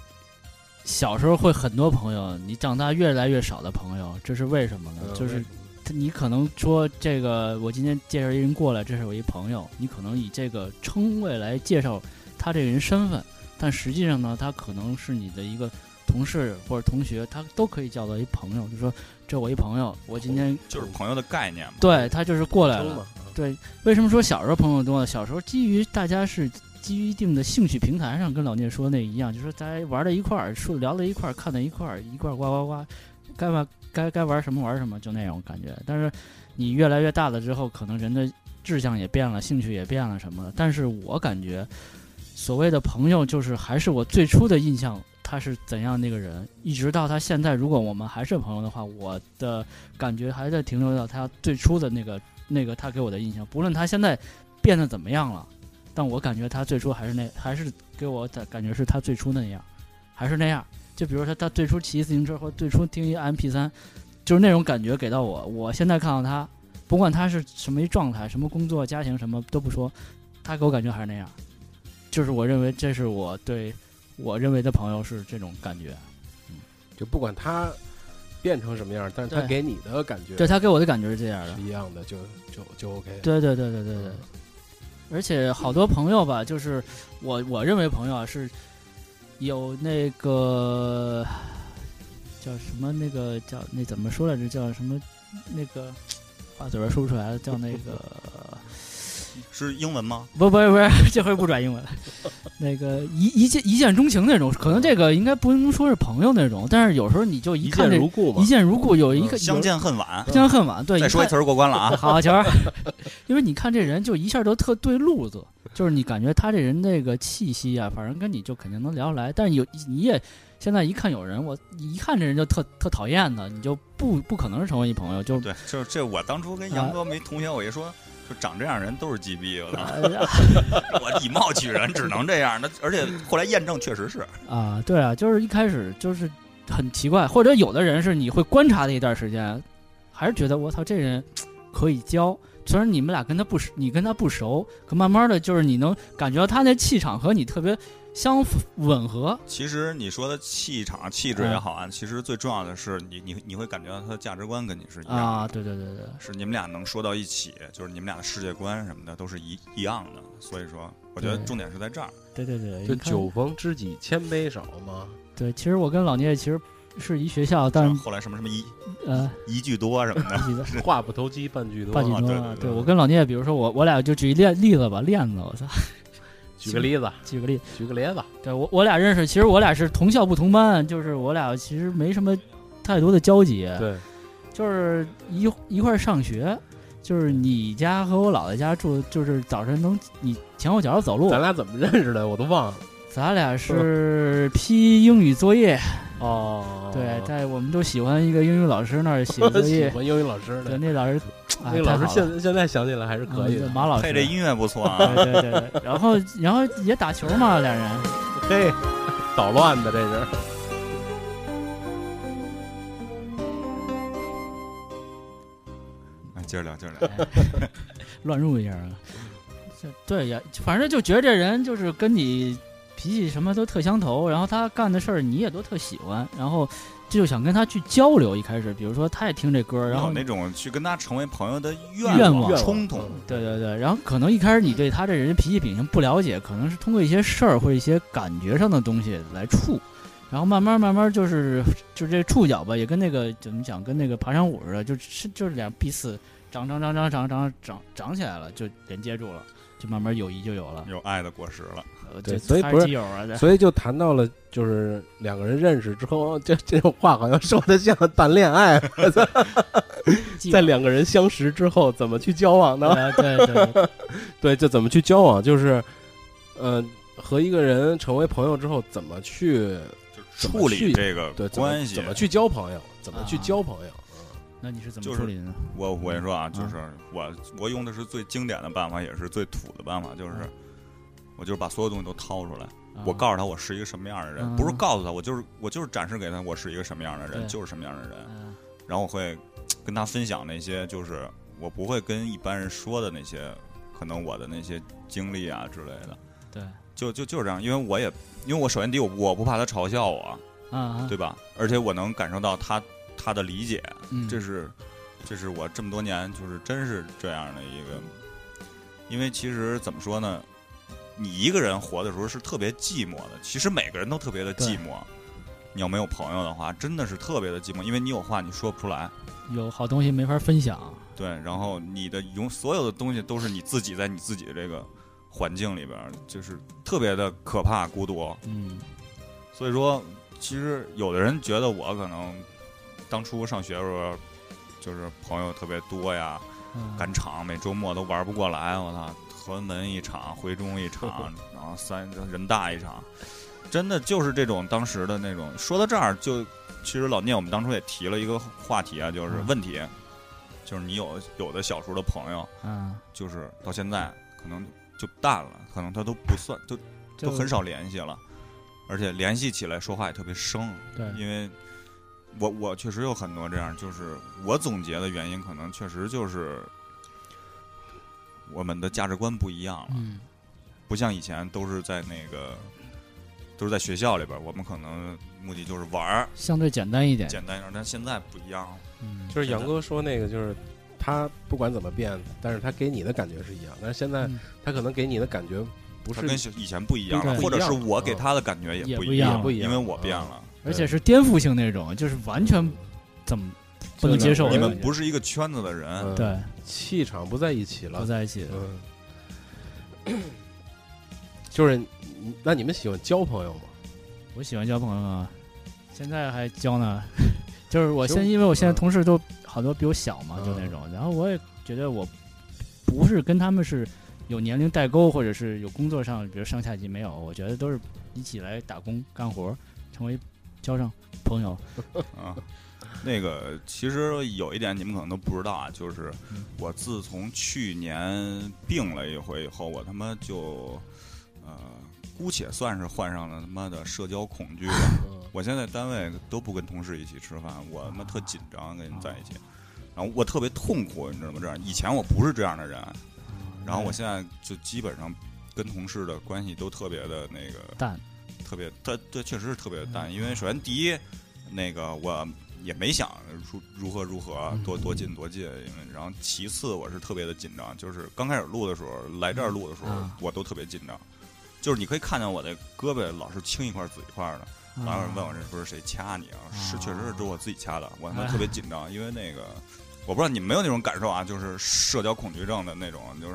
小时候会很多朋友，你长大越来越少的朋友，这是为什么呢？
呃
嗯、
就是他你可能说这个，我今天介绍一人过来，这是我一朋友，你可能以这个称谓来介绍他这个人身份，但实际上呢，他可能是你的一个同事或者同学，他都可以叫做一朋友，就说这我一朋友，我今天
就是朋友的概念嘛。
对他就是过来
称
了
嘛。。嗯
对，为什么说小时候朋友多呢？小时候基于大家是基于一定的兴趣平台上，跟老聂说的那一样，就是大家玩在一块儿，说聊在一块儿，看在一块儿，一块儿呱呱呱，该玩该该玩什么玩什么，就那种感觉。但是你越来越大了之后，可能人的志向也变了，兴趣也变了什么的。但是我感觉，所谓的朋友，就是还是我最初的印象。他是怎样那个人，一直到他现在，如果我们还是朋友的话，我的感觉还在停留到他最初的那个那个他给我的印象，不论他现在变得怎么样了，但我感觉他最初还是那，还是给我的感觉是他最初那样，还是那样。就比如说他最初骑自行车，或最初听一 MP 三，就是那种感觉给到我。我现在看到他，不管他是什么一状态，什么工作、家庭什么都不说，他给我感觉还是那样。就是我认为这是我对我认为的朋友是这种感觉，
就不管他变成什么样，但是他
对
给你的感觉
对他给我的感觉是这样的
是。一样的，就就就 OK。
对对对对对对
嗯。，
而且好多朋友吧，就是我我认为朋友啊是有那个叫什么那个叫那怎么说来着？叫什么那个话嘴边说不出来了，叫那个
是英文吗？
不不不是，这回不转英文了。那个一一见一见钟情那种，可能这个应该不能说是朋友那种，但是有时候你就
一
一
见
看这
如故嘛
一。见如故，有一个
嗯相
呃有
见恨晚。
相见恨晚，对，
再说一
看
词儿过关了啊！
好球儿，因为你看这人就一下就特对路子，就是你感觉他这人那个气息啊，反正跟你就肯定能聊得来。但是有你也现在一看有人，我一看这人就特特讨厌的，你就不不可能成为一朋友，就是
对，就是这我当初
啊
跟杨哥没同学，我一说就长这样人都是鸡逼，我操！
啊
我以貌取人，只能这样。那而且后来验证确实是，
啊，对啊，就是一开始就是很奇怪，或者有的人是你会观察他一段时间，还是觉得我操这人可以交。虽然你们俩跟他不熟，你跟他不熟，可慢慢的就是你能感觉到他那气场和你特别相符吻合。
其实你说的气场、气质也好
嗯
啊，其实最重要的是你你你会感觉到他的价值观跟你是一样的，
啊，对对对对，
是你们俩能说到一起，就是你们俩的世界观什么的都是一一样的。所以说，我觉得
对
重点是在这儿。
对对对，
就
你看
酒逢知己千杯少嘛，
对，其实我跟老聂其实是一学校，但
像
是
后来什么什么一
呃，
一句多什么的，
一起的
话不投机半句多
半句
嘛。
啊
多
嗯对
啊。
对
对
对
我跟老聂，比如说我我俩就举一例例子吧，链子，我操，
举个例子，
举个例，
举个例子，
对我我俩认识，其实我俩是同校不同班，就是我俩其实没什么太多的交集，
对，
就是一一块儿上学。就是你家和我姥姥家住，就是早晨能你前后脚走路
咱，俩怎么认识的我都忘了。
咱俩是批英语作业，
哦，
对，在我们都喜欢一个英语老师那儿写作
喜
业，
欢英语老师
对，
的，
那老师，哎
那个老
太
师
好了
现现在想起来还是可以的
嗯。马老师
配这音乐不错 啊。
对对对对，然后然后也打球嘛，俩人。
嘿，捣乱的这是。
哎，接着聊，接着聊。
乱入一下啊。这对也，反正就觉得这人就是跟你脾气什么都特相投，然后他干的事儿你也都特喜欢，然后就想跟他去交流。一开始，比如说他也听这歌，然后
有那种去跟他成为朋友的
愿望嗯
望冲动，
对对对，然后可能一开始你对他这人脾气秉性不了解，可能是通过一些事儿或者一些感觉上的东西来触，然后慢慢慢慢就是就这触角吧，也跟那个怎么讲，跟那个爬山虎似的，就是就是俩彼此长长长长长长长长起来了，就连接住了，就慢慢友谊就有了。
有爱的果实了。
呃
对
这
所以
还
不是
基友啊，这
所以就谈到了，就是两个人认识之后，这这种话好像说的像谈恋 爱，
基
在
友
两个人相识之后怎么去交往呢？
啊对对对 对
对，就怎么去交往，就是，呃，和一个人成为朋友之后，怎么去
就
怎么
处
去
理这个
对怎么
关系，啊
怎么去交朋友，怎么去交朋友？
那你是怎么
就
处
是
理的呢？
我我跟你说啊，就
嗯
是我我用的是最经典的办法，也是最土的办法，就是
嗯
我就是把所有东西都掏出来，
嗯
啊
我告诉他我是一个什么样的人，
嗯
不是告诉他，我就是我就是展示给他我是一个什么样的人，
对
就是什么样的人，
嗯
然后我会跟他分享那些就是我不会跟一般人说的那些，可能我的那些经历啊之类的，
对
就就就是这样，因为我也因为我首先第一我我不怕他嘲笑我，
啊
嗯
啊，
对吧？而且我能感受到他他的理解，
嗯
这是这是我这么多年就是真是这样的一个，因为其实怎么说呢，你一个人活的时候是特别寂寞的，其实每个人都特别的寂寞。你要没有朋友的话，真的是特别的寂寞，因为你有话你说不出来，
有好东西没法分享，
对，然后你的永所有的东西都是你自己在你自己的这个环境里边儿，就是特别的可怕孤独。
嗯
所以说，其实有的人觉得我可能当初上学的时候，就是朋友特别多呀，
嗯
赶场，每周末都玩不过来，我操，河门一场，回中一 场，然后三人大一场，真的就是这种当时的那种。说到这儿，就其实老聂我们当初也提了一个话题啊，就是
嗯
问题，就是你有有的小时候的朋友，
嗯，
就是到现在可能就淡了，可能他都不算，就都
啊就
很少联系了，而且联系起来说话也特别生，
对
因为我我确实有很多这样，就是我总结的原因，可能确实就是我们的价值观不一样了，
嗯
不像以前都是在那个都是在学校里边儿，我们可能目的就是玩儿，
相对简单一点，
简单一点儿，但现在不一样了，
嗯
就是杨哥说那个，就是他不管怎么变，但是他给你的感觉是一样，但是现在
嗯
他可能给你的感觉不
它
是
跟小以前不一样了，
对
或者是
不一样了
我给他的感觉
也
不
不一
样了
样了
也不一样
因为我变
嗯
了，
而且是颠覆性那种，就是完全怎么不能接受
对
你
的
们不是一个圈子的人，
嗯
对
气场不在一起
不
了，
在一起，
嗯，就是你那你们喜欢交朋友吗？
我喜欢交朋友啊，现在还交呢。 就是我
其
现
实
因为我现在
嗯
同事都好多比我小嘛，就那
嗯
种，然后我也觉得我不是跟他们是有年龄代沟，或者是有工作上，比如上下级没有，我觉得都是一起来打工干活，成为交上朋友。
啊。那个其实有一点你们可能都不知道啊，就是
嗯
我自从去年病了一回以后，我他妈就呃，姑且算是患上了他妈的社交恐惧吧。
嗯
我现在单位都不跟同事一起吃饭，我他妈特紧张跟你们在一起，然后我特别痛苦，你知道吗？这样以前我不是这样的人，啊然
嗯
后我现在就基本上跟同事的关系都特别的那个
淡，嗯
特别，它这确实是特别淡。因为首先第一，那个我也没想如如何如何
嗯
多多近多近，因为然后其次我是特别的紧张，就是刚开始录的时候，来这儿录的时候
啊
我都特别紧张，就是你可以看见我的胳膊老是青一块紫一块的。
啊
然后有人问我这是不是谁掐你啊？是，确实是这我自己掐的，我他妈
啊
特别紧张，因为那个我不知道你们没有那种感受啊，就是社交恐惧症的那种，就是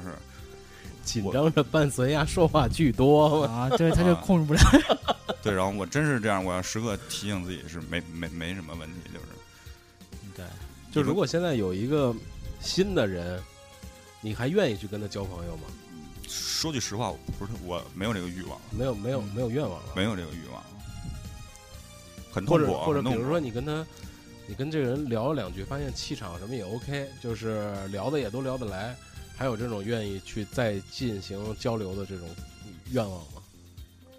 紧张着伴随呀，说话巨多，
啊，对，他就
啊
控制不 了。
对。然后我真是这样，我要时刻提醒自己是没没没什么问题，就是
对，
就如果现在有一个新的人，你还愿意去跟他交朋友吗？
说句实话，我不是特我没有这个欲望，
没有，没
嗯
有，没有愿望了。
没有这个欲望，很
或
痛
者
苦啊。
或者
很痛
比
苦
如说你跟他，你跟这个人聊两句，发现气场什么也 OK，就是聊的也都聊得来，还有这种愿意去再进行交流的这种愿望吗？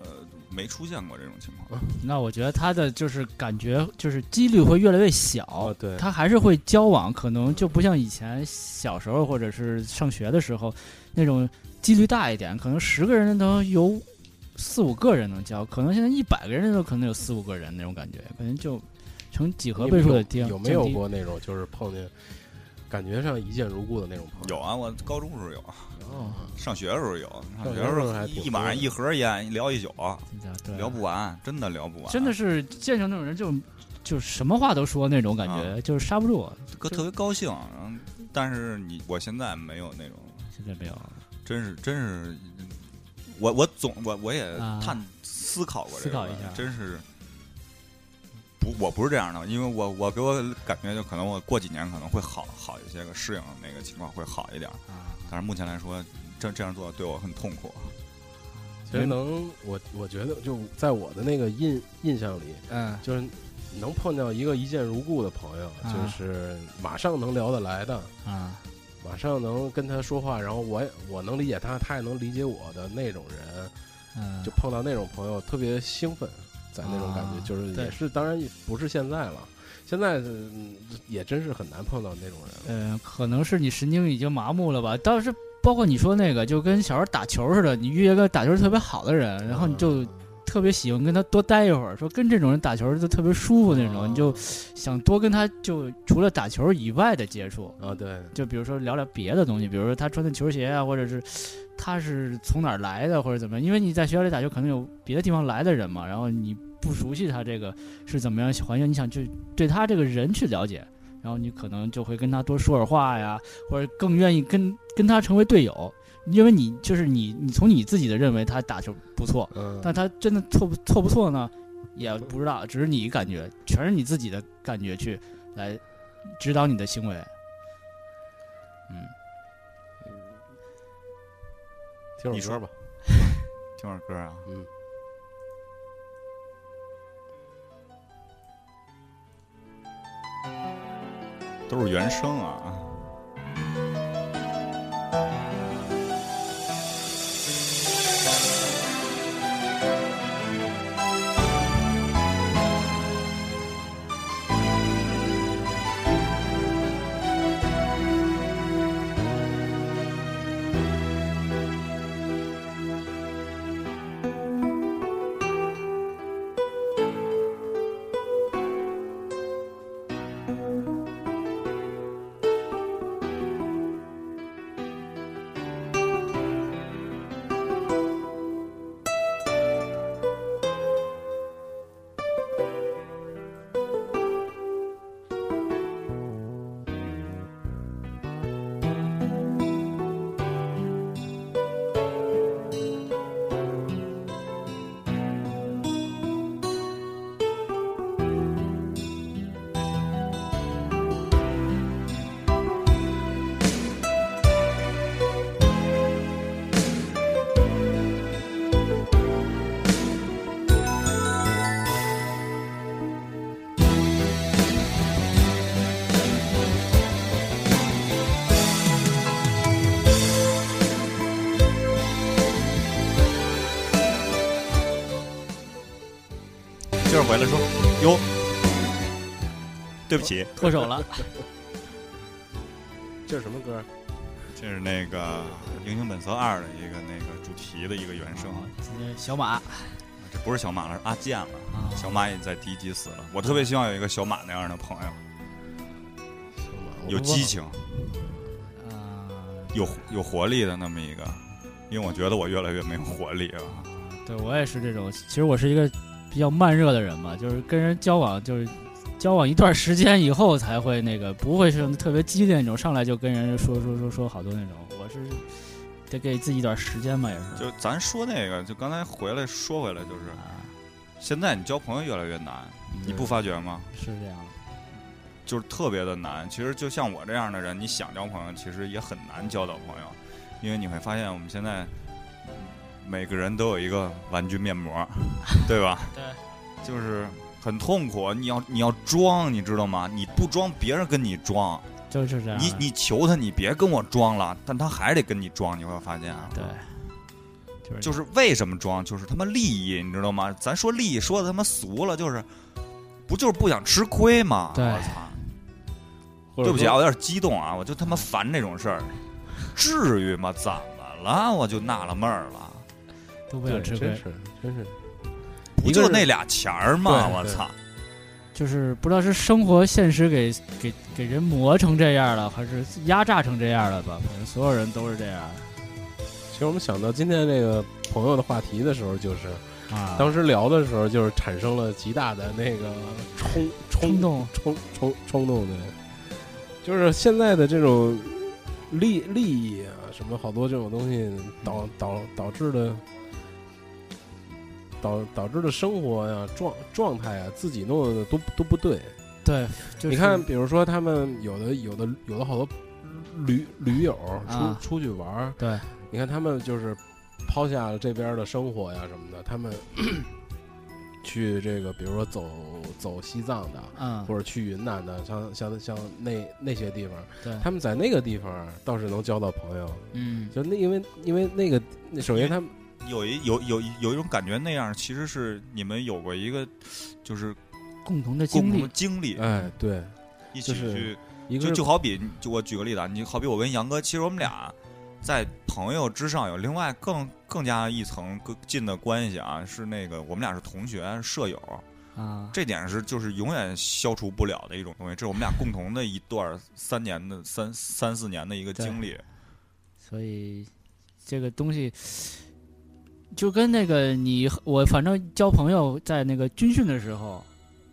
呃，没出现过这种情
嗯
况，
那我觉得他的就是感觉就是几率会越来越小，
哦对
哦他还是会交往，可能就不像以前小时候或者是上学的时候那种几率大一点，可能十个人能有四五个人能交，可能现在一百个人都可能有四五个人那种感觉，可能就成几何倍数的跌。
有没有
降低？
过那种就是碰见感觉上一见如故的那种朋友？
有啊，我高中时候有啊，
哦，
上学的时候有，上学
嗯上学的时候还
候
挺
一晚上一盒烟聊一宿，
真的对，
聊不完，真的聊不
啊
完，
真的是见着那种人就就什么话都说那种感觉，
啊
就是刹不住。
哥特别高兴。然后，但是你我现在没有那种，
现在没有了
真是真是，我我总我我也
啊
探思考过这
思
个
考
问题，
一下
真是。不，我不是这样的，因为我我给我感觉就可能我过几年可能会好好一些个，适应那个情况会好一点。
啊，
但是目前来说，这这样做对我很痛苦。
其实能，我我觉得就在我的那个印印象里，
嗯
就是能碰到一个一见如故的朋友，
啊
就是马上能聊得来的，
啊
马上能跟他说话，然后我也我能理解他，他也能理解我的那种人，
嗯，
就碰到那种朋友特别兴奋，在那种感觉，
啊
就是
对
也是当然也不是现在了，现在嗯也真是很难碰到那种人了。
嗯，可能是你神经已经麻木了吧？倒是包括你说那个，就跟小时候打球似的，你遇见个打球特别好的人，然后你就
嗯
特别喜欢跟他多待一会儿，说跟这种人打球就特别舒服那种，你就想多跟他就除了打球以外的接触，
啊，对，
就比如说聊聊别的东西，比如说他穿的球鞋啊，或者是他是从哪儿来的，或者怎么样。因为你在学校里打球，可能有别的地方来的人嘛，然后你不熟悉他这个是怎么样环境，你想去对他这个人去了解，然后你可能就会跟他多说点话呀，或者更愿意跟跟他成为队友，因为你就是你，你从你自己的认为他打球不错，
嗯，
但他真的错不错不错呢，也不知道，只是你感觉，全是你自己的感觉去来指导你的行为。嗯，
听
你
首歌
说
吧，
听会儿歌啊，
嗯。
都是原声啊。就是回来说，哟，对不起，
脱手了，
这是什么歌？
这是那个《英雄本色二》的一个那个主题的一个原声，啊
今天小马
这不是小马了，是阿健了。
啊，
小马也在第一集死了，我特别希望有一个小马那样的朋友，有激，情、
啊，
有有活力的那么一个，因为我觉得我越来越没有活力啊了。
啊对我也是这种。其实我是一个比较慢热的人嘛，就是跟人交往，就是交往一段时间以后才会那个，不会是特别激烈那种，上来就跟人说说说说好多那种。我是得给自己一段时间嘛，也是。
就咱说那个，就刚才回来说回来，就是
啊，嗯
现在你交朋友越来越难，你不发觉吗？
是这样。
就是特别的难。其实就像我这样的人，你想交朋友，其实也很难交到朋友，因为你会发现我们现在嗯每个人都有一个玩具面膜，对吧？
对，
就是很痛苦。啊你要你要装，你知道吗？你不装，别人跟你装。
就是这样。
你你求他，你别跟我装了，但他还得跟你装。你会发现啊，
对，就是
就是为什么装，就是他妈利益，你知道吗？咱说利益说的他妈俗了，就是不就是不想吃亏吗？
对
我操！
或者
对不起
说
啊，我有点激动啊，我就他妈烦这种事儿，至于吗？怎么了？我就纳了闷儿了，
都不
对，
想吃
真
亏
是，真是
不
一个
就是那俩钱儿吗？
对
我
对
操！
就是不知道是生活现实给给给人磨成这样了，还是压榨成这样了吧？反正所有人都是这样
其实我们想到今天这个朋友的话题的时候，就是
啊。
当时聊的时候，就是产生了极大的那个冲
冲
冲
动
冲冲冲动的，就是现在的这种利利益啊，什么好多这种东西导导导致的导导致的生活呀、状状态啊，自己弄的都都不对。
对，就是、
你看，比如说他们有的有的有的好多驴驴友出、
啊
出去玩儿，
对，
你看他们就是抛下了这边儿的生活呀什么的，他们 去这个比如说走走西藏的，
嗯，
或者去云南的，像像像那那些地方，
对，
他们在那个地方倒是能交到朋友，
嗯，
就那因为因为那个那首先他们
有一有有有一种感觉，那样其实是你们有过一个就是
共同的
共
经
同的
历，
经历，
哎对，
一起
就是
去
一个
就是就好比就我举个例子啊，你好比我跟杨哥，其实我们俩在朋友之上有另外更更加一层更近的关系啊，是那个我们俩是同学舍友，
啊，
这点是就是永远消除不了的一种东西，这是我们俩共同的一段儿三年的三三四年的一个经历。
所以这个东西就跟那个你我反正交朋友，在那个军训的时候，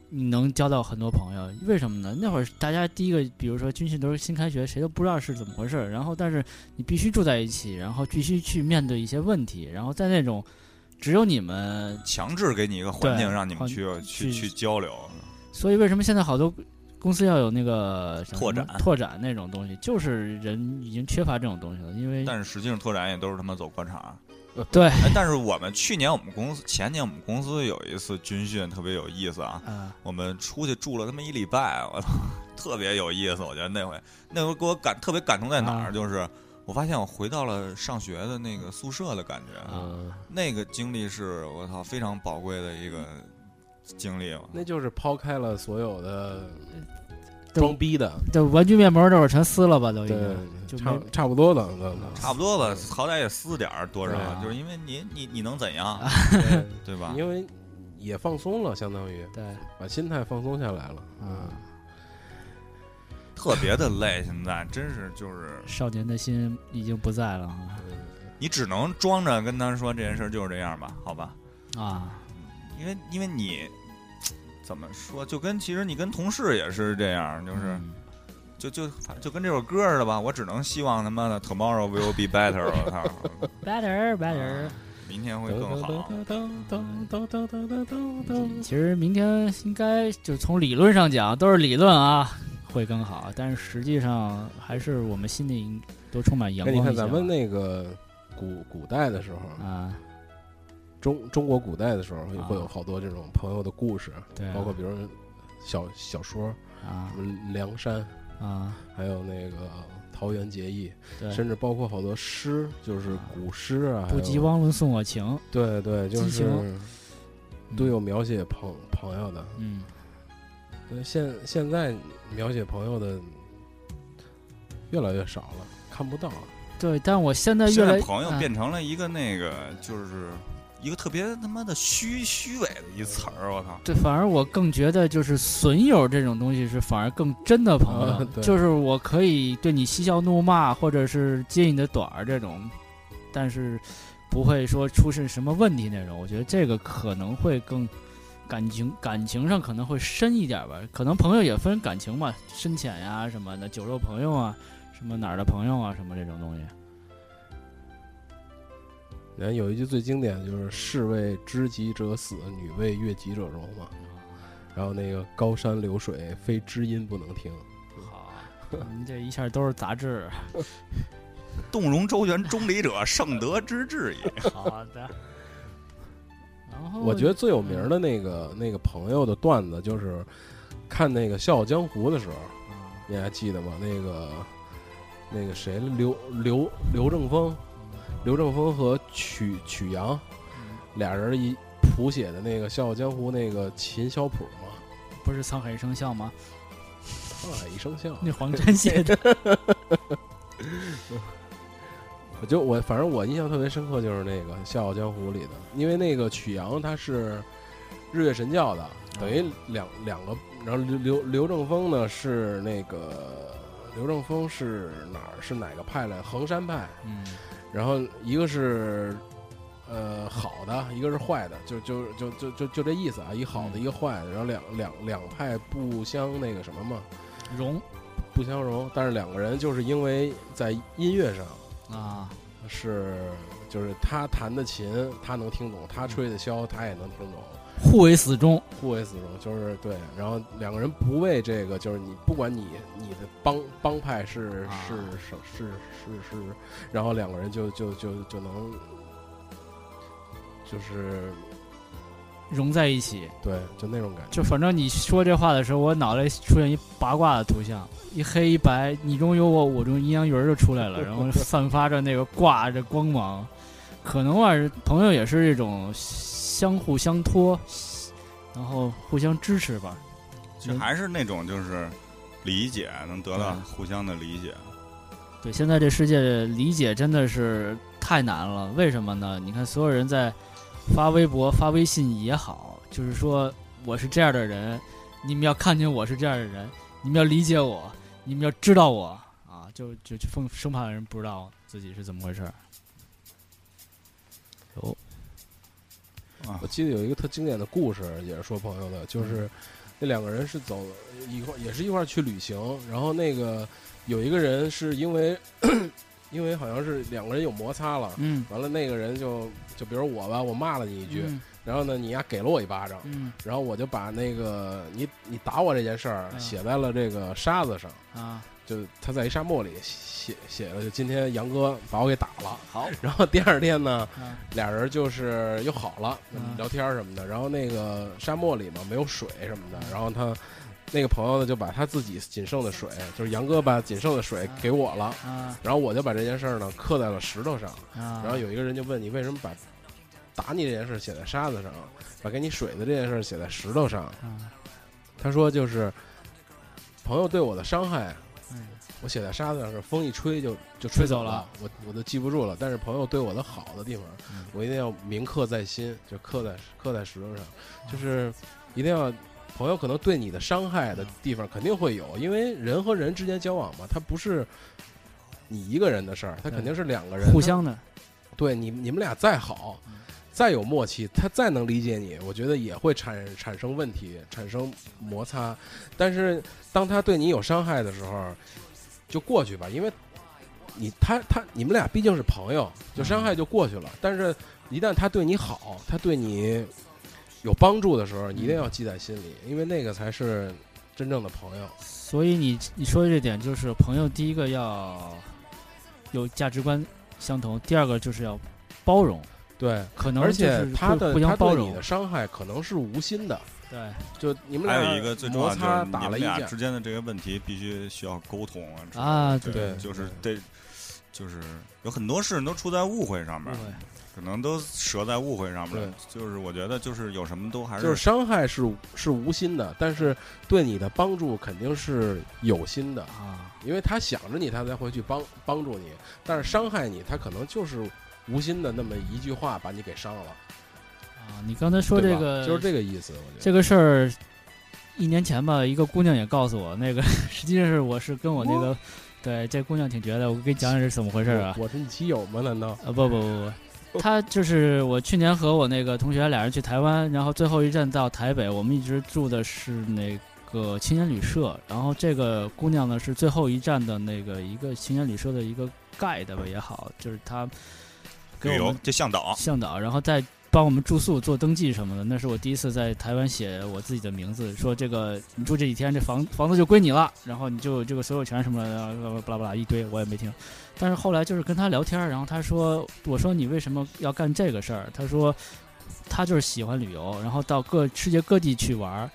你能交到很多朋友，为什么呢？那会儿大家第一个，比如说军训都是新开学，谁都不知道是怎么回事儿，然后但是你必须住在一起，然后必须去面对一些问题，然后在那种只有你们
强制给你一个环境，
对
让你们
环
去去
去
去交流。
所以为什么现在好多公司要有那个什么
拓展
拓展那种东西，就是人已经缺乏这种东西了，因为呃
但是实际上拓展也都是他妈走官场。
对
哎，但是我们去年我们公司前年我们公司有一次军训特别有意思啊，
啊
我们出去住了他妈一礼拜，我操， 特别有意思。我觉得那回那回给我感特别感动在哪
啊
儿，就是我发现我回到了上学的那个宿舍的感觉。
呃
啊，
那个经历是我操非常宝贵的一个经历了。
那就是抛开了所有的
对
装逼的，
这玩具面膜这会儿全撕了吧，都已
对
经，就
差
没
差不多了，等等
差不多吧，好歹也撕点儿多少，
对啊啊
就是因为你你你能怎样，
对
对吧？
因为也放松了，相当于
对
把心态放松下来了。
啊，
特别的累，现在真是就是
少年的心已经不在了啊
你只能装着跟他说这件事儿就是这样吧，好吧？
啊，
因为因为你怎么说，就跟其实你跟同事也是这样，就是。
嗯
就就反就跟这首歌似的吧，我只能希望他妈的 tomorrow will be better，我 操，啊
better better。
啊
明天会更好。
嗯
其实明天应该就从理论上讲都是理论啊，会更好，但是实际上还是我们心里都充满阳
那
光一
你
些吧。
看咱们那个古古代的时候，
啊，
中中国古代的时候
啊
会有好多这种朋友的故事，
对啊，
包括比如小小说，
啊
什么梁山，
啊，
还有那个桃园结义，
对，
甚至包括好多诗，就是古诗啊，还
不
有
及汪伦送我情，
对对，就哦
激
是
情
都有描写朋朋友的。
嗯，
但现现在描写朋友的越来越少了，看不到了。
对，但我现在越
现
来
在朋友
啊
变成了一个那个，就是一个特别他妈的虚虚伪的一词儿，我靠！
对，反而我更觉得就是损友这种东西是反而更真的朋友，
啊对
就是我可以对你嬉笑怒骂，或者是揭你的短儿这种，但是不会说出现什么问题那种。我觉得这个可能会更感情感情上可能会深一点吧，可能朋友也分感情嘛，深浅呀、什么的，酒肉朋友啊，什么哪儿的朋友啊，什么这种东西。
人家有一句最经典就是“士为知己者死，女为悦己者容”嘛。然后那个高山流水，非知音不能听。
好，
啊
您这一下都是杂志。
动容周旋中礼者，圣德之至
嗯
也。
好的。然后
我觉得最有名儿的那个那个朋友的段子，就是看那个《笑傲江湖》的时候，
啊
你还记得吗？那个那个谁，刘刘刘正风，刘正风和曲曲阳俩人一谱写的那个《笑傲江湖》那个秦小谱嘛，
不是沧海一声笑 吗？
啊一声笑。
那黄沾写的。
我就我反正我印象特别深刻就是那个《笑傲江湖》里的，因为那个曲阳他是日月神教的，等于两两个，然后刘刘刘正风呢是那个刘正风是哪儿是哪个派来？衡山派，
嗯
然后一个是呃好的，一个是坏的，就就就就就就这意思啊，一好的
嗯
一个坏的，然后两两两派不相那个什么嘛，
荣
不相容，但是两个人就是因为在音乐上。
嗯
啊，
是就是他弹的琴，他能听懂；他吹的箫，他也能听懂。
互为死忠。
互为死忠，就是对。然后两个人不为这个，就是你不管你你的帮帮派是
啊
是是是是是，然后两个人就就就就能，就是
融在一起，
对，就那种感觉。
就反正你说这话的时候，我脑袋出现一八卦的图像，一黑一白，你中有我，我中阴阳鱼儿就出来了，然后散发着那个挂着光芒。可能吧，朋友也是这种相互相托，然后互相支持吧。
就还是那种就是理解，能得到互相的理解。
对，现在这世界的理解真的是太难了。为什么呢？你看，所有人在发微博、发微信也好，就是说我是这样的人，你们要看见我是这样的人，你们要理解我，你们要知道我啊，就就就生生怕人不知道自己是怎么回事儿。
我记得有一个特经典的故事，也是说朋友的，
嗯
就是那两个人是走一块，也是一块儿去旅行，然后那个有一个人是因为因为好像是两个人有摩擦了，
嗯，
完了那个人就就比如我吧，我骂了你一句，然后呢你丫给了我一巴掌，
嗯
然后我就把那个你你打我这件事儿
嗯
写在了这个沙子上，
啊，
就他在一沙漠里写写了，就今天杨哥把我给打了，
好
然后第二天呢。
啊
俩人就是又好了
嗯，
聊天什么的。然后那个沙漠里嘛，没有水什么的。然后他那个朋友呢，就把他自己仅剩的水，就是杨哥把仅剩的水给我了。
啊
然后我就把这件事儿呢刻在了石头上。
啊，然
然后有一个人就问你为什么把打你这件事写在沙子上，把给你水的这件事写在石头上？
啊，
他说就是朋友对我的伤害
嗯
我写在沙子上是风一吹就就
吹
吹
走
走
了
了，我我都记不住了。但是朋友对我的好的地方，
嗯
我一定要铭刻在心，就刻在刻在石头上，就是一定要。朋友可能对你的伤害的地方肯定会有，因为人和人之间交往嘛，他不是你一个人的事儿，他
对
肯定是两个人
互相的，
对你你们俩再好
嗯，
再有默契，他再能理解你，我觉得也会产产生问题，产生摩擦。但是当他对你有伤害的时候，就过去吧，因为你他他你们俩毕竟是朋友，就伤
嗯
害就过去了。但是，一旦他对你好，他对你有帮助的时候，你
嗯
一定要记在心里，因为那个才是真正的朋友。
所以你你说的这点就是朋友，第一个要有价值观相同，第二个就是要包容，
对，
可能
而
就
且
是
他
会
的
互
他
相包
对你
容
的。伤害可能是无心的，
对，
就你们
还
俩
有一个最重要
摩
的就
擦
是
打
你
了
们
一
俩
架
之。间的这个问题必须需要沟通啊之类的。
啊
对
对
就是
对
这，就是有很多事都出在误会上面
误。会
可能都折在误会上面了
对。
就是我觉得就是有什么都还
就是伤害是是无心的，但是对你的帮助肯定是有心的，
啊，
因为他想着你，他才会去帮帮助你。但是伤害你，他可能就是无心的那么一句话把你给伤了。
啊，你刚才说
对
这
吧
个
就是这个意思，我觉得。
这个事儿，一年前吧，一个姑娘也告诉我，那个 实际上是我是跟我那
哦
个，对，这姑娘挺绝的，我给你讲讲是怎么回事儿啊？
我我是你基友吗？难道
啊，不不不不，她就是我去年和我那个同学俩人去台湾，然后最后一站到台北，我们一直住的是那个青年旅社，然后这个姑娘呢是最后一站的那个一个青年旅社的一个 guide 吧也好，就是她
旅
给我
游
们
就向导，
向导，然后再帮我们住宿、做登记什么的。那是我第一次在台湾写我自己的名字，说这个你住这几天，这房房子就归你了，然后你就这个所有权什么的，呃巴拉巴拉一堆，我也没听。但是后来就是跟他聊天儿，然后他说，我说你为什么要干这个事儿？他说，他就是喜欢旅游，然后到各世界各地去玩儿。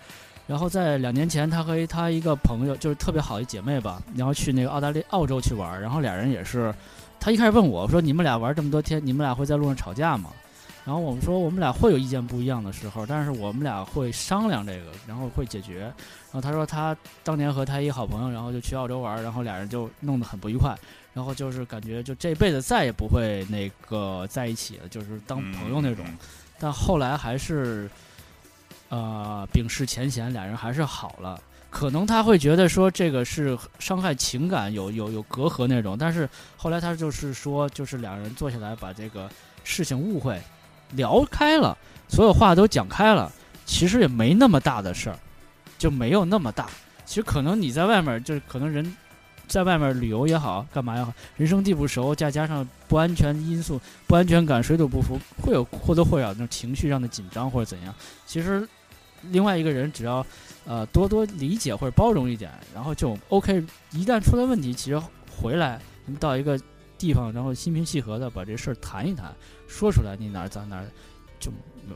然后在两年前，他和他一个朋友，就是特别好一姐妹吧，然后去那个澳大利澳洲去玩儿，然后俩人也是，他一开始问我说：“你们俩玩这么多天，你们俩会在路上吵架吗？”然后我们说我们俩会有意见不一样的时候，但是我们俩会商量这个，然后会解决。然后他说他当年和他一个好朋友，然后就去澳洲玩，然后俩人就弄得很不愉快，然后就是感觉就这辈子再也不会那个在一起了，就是当朋友那种。
嗯
但后来还是，呃，秉释前嫌，俩人还是好了。可能他会觉得说这个是伤害情感，有有有隔阂那种，但是后来他就是说，就是两人坐下来把这个事情误会聊开了，所有话都讲开了，其实也没那么大的事儿，就没有那么大。其实可能你在外面儿，就是可能人在外面儿旅游也好，干嘛也好，人生地不熟，再加上不安全因素、不安全感、水土不服，会有或多或少那种情绪上的紧张或者怎样。其实，另外一个人只要呃多多理解或者包容一点，然后就 OK。一旦出了问题，其实回来你到一个地方，然后心平气和的把这事儿谈一谈，说出来你哪儿脏哪儿，就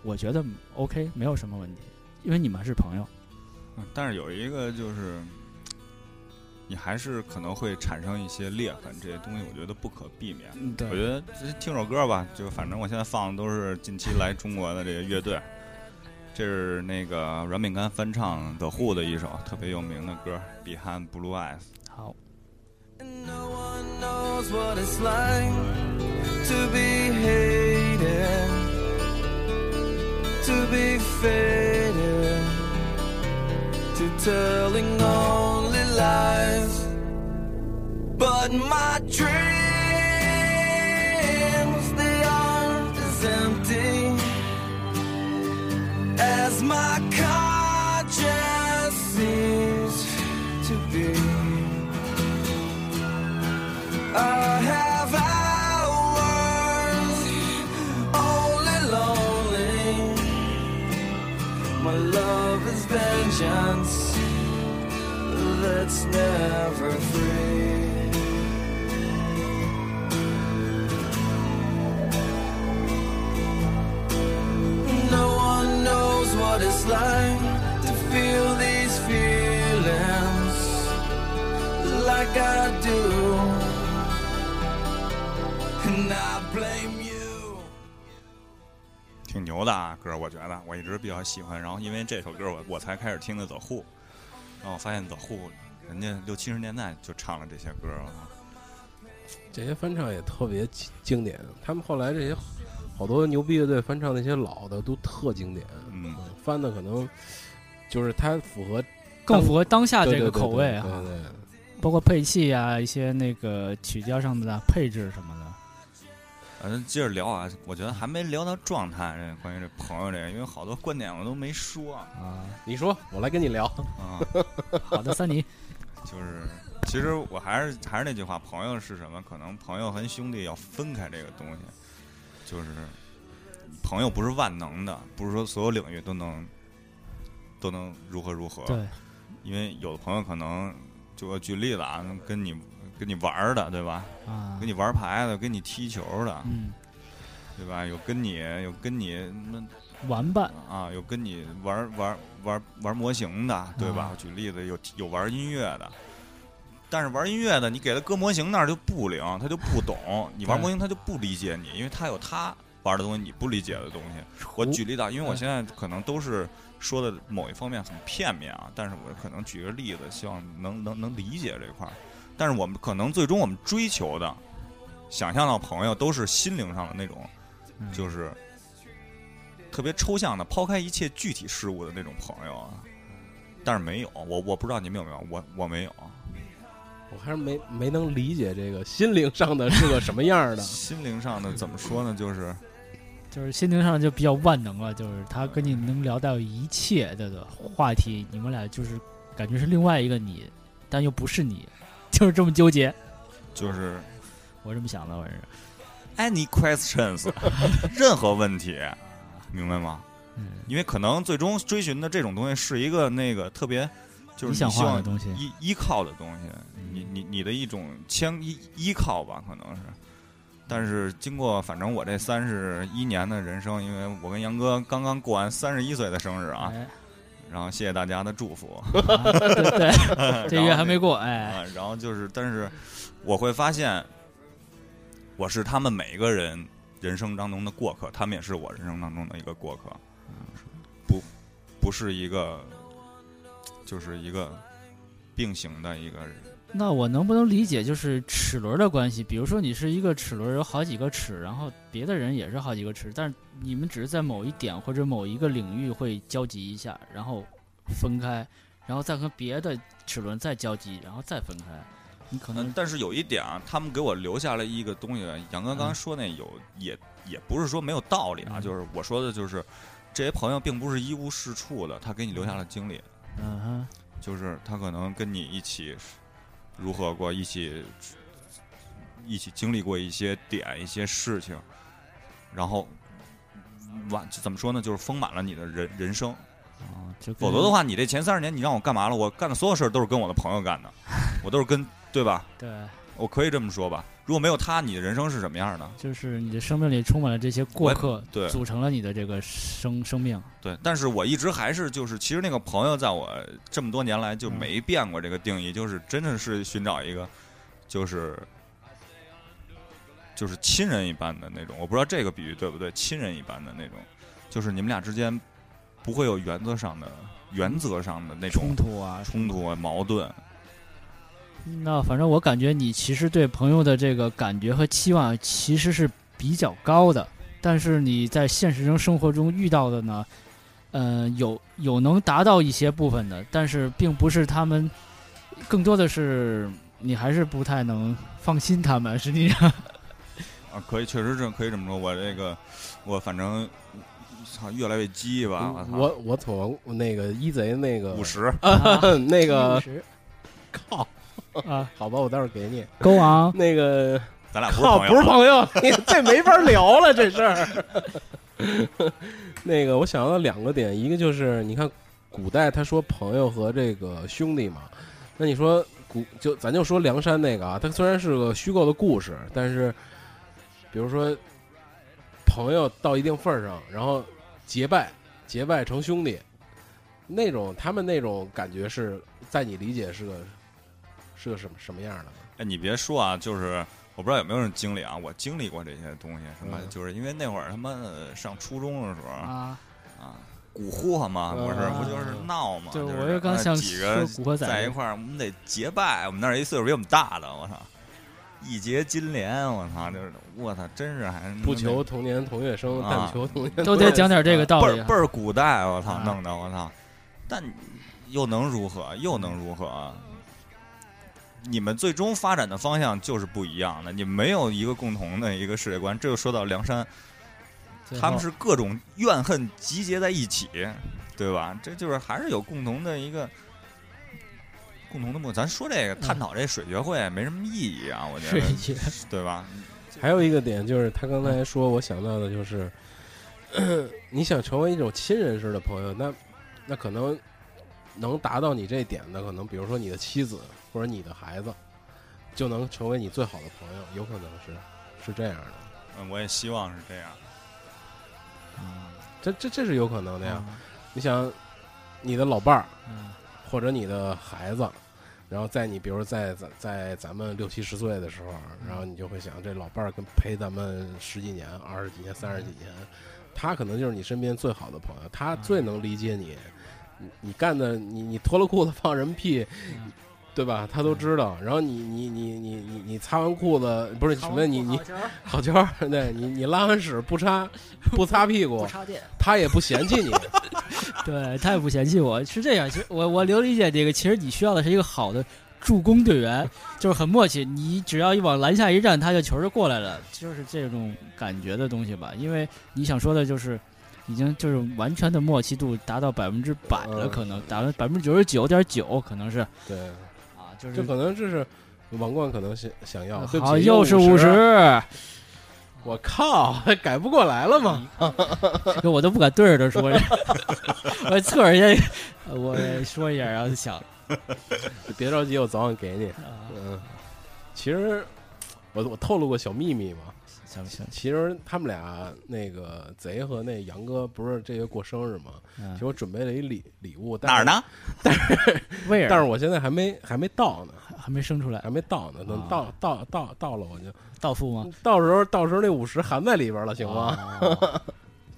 我觉得嗯 OK，没有什么问题，因为你们还是朋友。
嗯但是有一个就是，你还是可能会产生一些裂痕，这些东西我觉得不可避免。
嗯，
我觉得这听首歌吧，就反正我现在放的都是近期来中国的这些乐队，这是那个软饼干翻唱的 Who 的一首特别有名的歌《Behind Blue Eyes》。
好，
And no one knows what it's like to be hated, to be faded, to telling only lies. But my dreams, they aren't as empty as my conscience seems to be. I have hours only lonely. My love is vengeance that's never free. No one knows what it's like to feel these feelings like I do. And I blame you.
挺牛的啊，歌我觉得我一直比较喜欢。然后因为这首歌我我才开始听的 The Who，然后我发现 The Who 人家六七十年代就唱了这些歌了。啊
这些翻唱也特别经经典？他们后来这些好多牛逼乐队翻唱那些老的都特经典，
嗯，
翻的可能就是它符合
更符合当下
对
这个
对对
口味啊。
对对对
包括配器啊，一些那个曲调上面的配置什么的。
反正接着聊啊，我觉得还没聊到状态这关于这朋友这个，因为好多观点我都没说啊。
啊，
你说，我来跟你聊。
嗯
好的，三 妮，
就是，其实我还是还是那句话，朋友是什么？可能朋友和兄弟要分开这个东西，就是朋友不是万能的，不是说所有领域都能都能如何如何。
对，
因为有的朋友可能，就我举例子啊，跟你跟你玩儿的，对吧？
啊
跟，你玩牌的，跟你踢球的，
嗯，
对吧？有跟你有跟你那
玩伴，
啊，有跟你玩玩玩玩模型的，对吧？
啊
我举例子，有有玩音乐的，但是玩音乐的，你给他搁模型那儿就不灵，他就不懂；你玩
对
模型，他就不理解你，因为他有他玩的东西，你不理解的东西。我举例子啊，因为我
嗯
现在可能都是说的某一方面很片面啊，但是我可能举个例子，希望能能能理解这块儿。但是我们可能最终我们追求的，想象到朋友都是心灵上的那种，
嗯
就是特别抽象的，抛开一切具体事物的那种朋友啊。但是没有，我我不知道你们有没有，我我没有。啊
我还是没没能理解这个心灵上的是个什么样 儿的。
心灵上的怎么说呢？就是
就是心灵上就比较万能了，就是他跟你能聊到一切的话题，你们俩就是感觉是另外一个你，但又不是你， 就是这么纠结。
就是
我这么想的，我是
any questions，任何问题，明白吗？
嗯
因为可能最终追寻的这种东西是一个那个特别，就是
理
你
想
希
化的
望
东西。嗯
依依靠的东西，你你你的一种牵依依靠吧，可能是。但是经过反正我这三十一年的人生，因为我跟杨哥刚刚过完三十一岁的生日啊，
哎，
然后谢谢大家的祝福。
啊对 对，这月还没
过。
过，哎，
啊，然后就是，但是我会发现，我是他们每一个人人生当中的过客，他们也是我人生当中的一个过客，
嗯
不不是一个，就是一个并行的一个人。
那我能不能理解就是齿轮的关系？比如说你是一个齿轮，有好几个齿，然后别的人也是好几个齿，但是你们只是在某一点或者某一个领域会交集一下，然后分开，然后再和别的齿轮再交集，然后再分开。你可能
嗯，但是有一点啊，他们给我留下了一个东西，杨哥刚刚
嗯
说那有、也也不是说没有道理啊，
嗯
就是我说的就是这些朋友并不是一无是处的，他给你留下了经历。
嗯哼，
就是他可能跟你一起如何过，一起一起经历过一些点、一些事情，然后完怎么说呢？就是丰满了你的人人生。
哦，就
否则的话，你这前三十年你让我干嘛了？我干的所有事儿都是跟我的朋友干的，我都是跟对吧？
对，
我可以这么说吧。如果没有他，你的人生是什么样的？
就是你的生命里充满了这些过客，
对
组成了你的这个生生命。
对，但是我一直还是就是，其实那个朋友在我这么多年来
嗯
就没变过这个定义，就是真的是寻找一个，就是就是亲人一般的那种。我不知道这个比喻对不对，亲人一般的那种，就是你们俩之间不会有原则上的原则上的那
冲
种
突啊，
冲突啊、矛盾。
嗯那反正我感觉你其实对朋友的这个感觉和期望其实是比较高的，但是你在现实中生活中遇到的呢，呃，有有能达到一些部分的，但是并不是他们，更多的是你还是不太能放心他们，实际上，
啊，可以，确实是可以这么说。我这个，我反正操越来越鸡吧，啊操
我我从那个一贼那个嗯
五十
啊
那个
靠啊
好吧，我待会儿给你
，Go on，
那个
咱俩不是
靠，
朋友，
不是朋 友，你这没法聊了这事儿。 那个，我想到两个点，一个就是你看古代他说朋友和这个兄弟嘛，那你说古就咱就说梁山那个啊，它虽然是个虚构的故事，但是比如说朋友到一定份儿上，然后结拜，结拜成兄弟，那种他们那种感觉是在你理解是个是个什么什么样的吗？
哎，你别说啊，就是我不知道有没有人经历啊，我经历过这些东西，什么、
嗯
就是因为那会儿他妈的上初中的时候啊
啊，
蛊惑嘛，不是、
嗯
不就是闹嘛，
对，
是
我也刚
哎
想
几
说
个
《古惑仔》
在一块儿，我们得结拜，我们那儿一岁数比我们大的，我操，义结金莲，我操，就是我操，真是还
嗯不求同年同月生，
嗯啊
但求同年
都得讲点这个道
呃倍
理
儿
啊
倍。儿古代，我操
啊，
弄的我操，但又能如何？又能如何啊？你们最终发展的方向就是不一样的，你们没有一个共同的一个世界观。这就说到梁山，
最
他们
后
是各种怨恨集结在一起，对吧？这就是还是有共同的一个共同的目。咱说
嗯
这个探讨这水学会没什么意义啊，我觉得，
是一句
对吧？
还有一个点就是，他刚才说，我想到的就是， 你想成为一种亲人式的朋友，那那可能能达到你这一点的，可能比如说你的妻子或者你的孩子，就能成为你最好的朋友，有可能是是这样的，
嗯，我也希望是这样。嗯
这这这是有可能的呀。
啊
你想，你的老伴儿
嗯
或者你的孩子，然后在你比如说在咱在咱们六七十岁的时候，啊然后你就会想，这老伴儿跟陪咱们十几年、二十几年、三十几年，他可能就是你身边最好的朋友，他最能理解你。你你干的，你你脱了裤子放人屁
嗯，
对吧？他都知道。然后你你你你你你擦完裤子不是什么？你你好球儿， 对你你拉完屎不擦 不擦屁股，
插电。
他也不嫌 弃你。
对，他也不嫌弃我，是这样。其实我我能理解这个，其实你需要的是一个好的助攻队员，就是很默契。你只要一往篮下一站，他就球就过来了，就是这种感觉的东西吧。因为你想说的就是，已经就是完全的默契度达到百分之百了，
嗯
可能达到百分之九十九点九，可能是
对，
啊，就是
这可能这是王冠可能想想要。啊对不
嗯好，
起
又是五
五
十，，
我靠， 改不过来了嘛？
这我都不敢对着他说，我侧耳下，我说一下，然后就想
你别着急，我早晚给你。
啊，
嗯，其实我我透露过小秘密嘛，
想想，
其实他们俩那个贼和那杨哥不是这月过生日吗？
嗯
其实我准备了一礼礼物，
哪儿
但是？
呢？
威尔，
但是我现在还没还没到呢，
还没生出来
还，没到呢，等
啊
到到到到了我就
到付吗？
到时候到时候那五十含在里边了，行
啊
吗？
吗？哦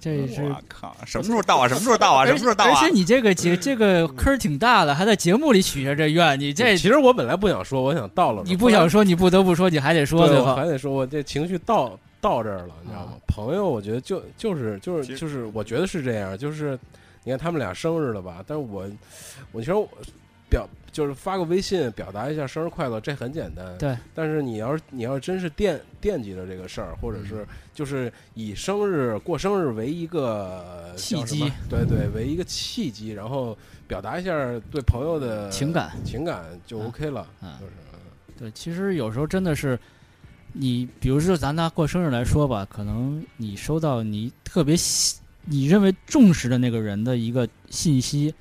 这是。
我靠，什么时候到啊？什么时候到啊？什
而
么
且
时候到啊
而且？你这个节这个坑儿挺大的，还在节目里许下这愿，你这
其实我本来不想说，我想到了，
你不想
说，
说，你不得不说，你还得说
对，我
吧？
还得说，我这情绪到到这儿了，你知
啊
道吗？朋友，我觉得就就是就
其
是
实
就是，我觉得是这样，就是你看他们俩生日了吧？但是我我其实我表就是发个微信表达一下生日快乐，这很简单。
对，
但是你要是你要是真是惦惦记着这个事儿，或
嗯
者是就是以生日过生日为一个
契
叫什
机
么对对，为一个契机，然后表达一下对朋友的
情感
情感就
嗯
OK 了，
嗯
就是
对，其实有时候真的是，你比如说咱拿过生日来说吧，可能你收到你特别喜你认为重视的那个人的一个信息，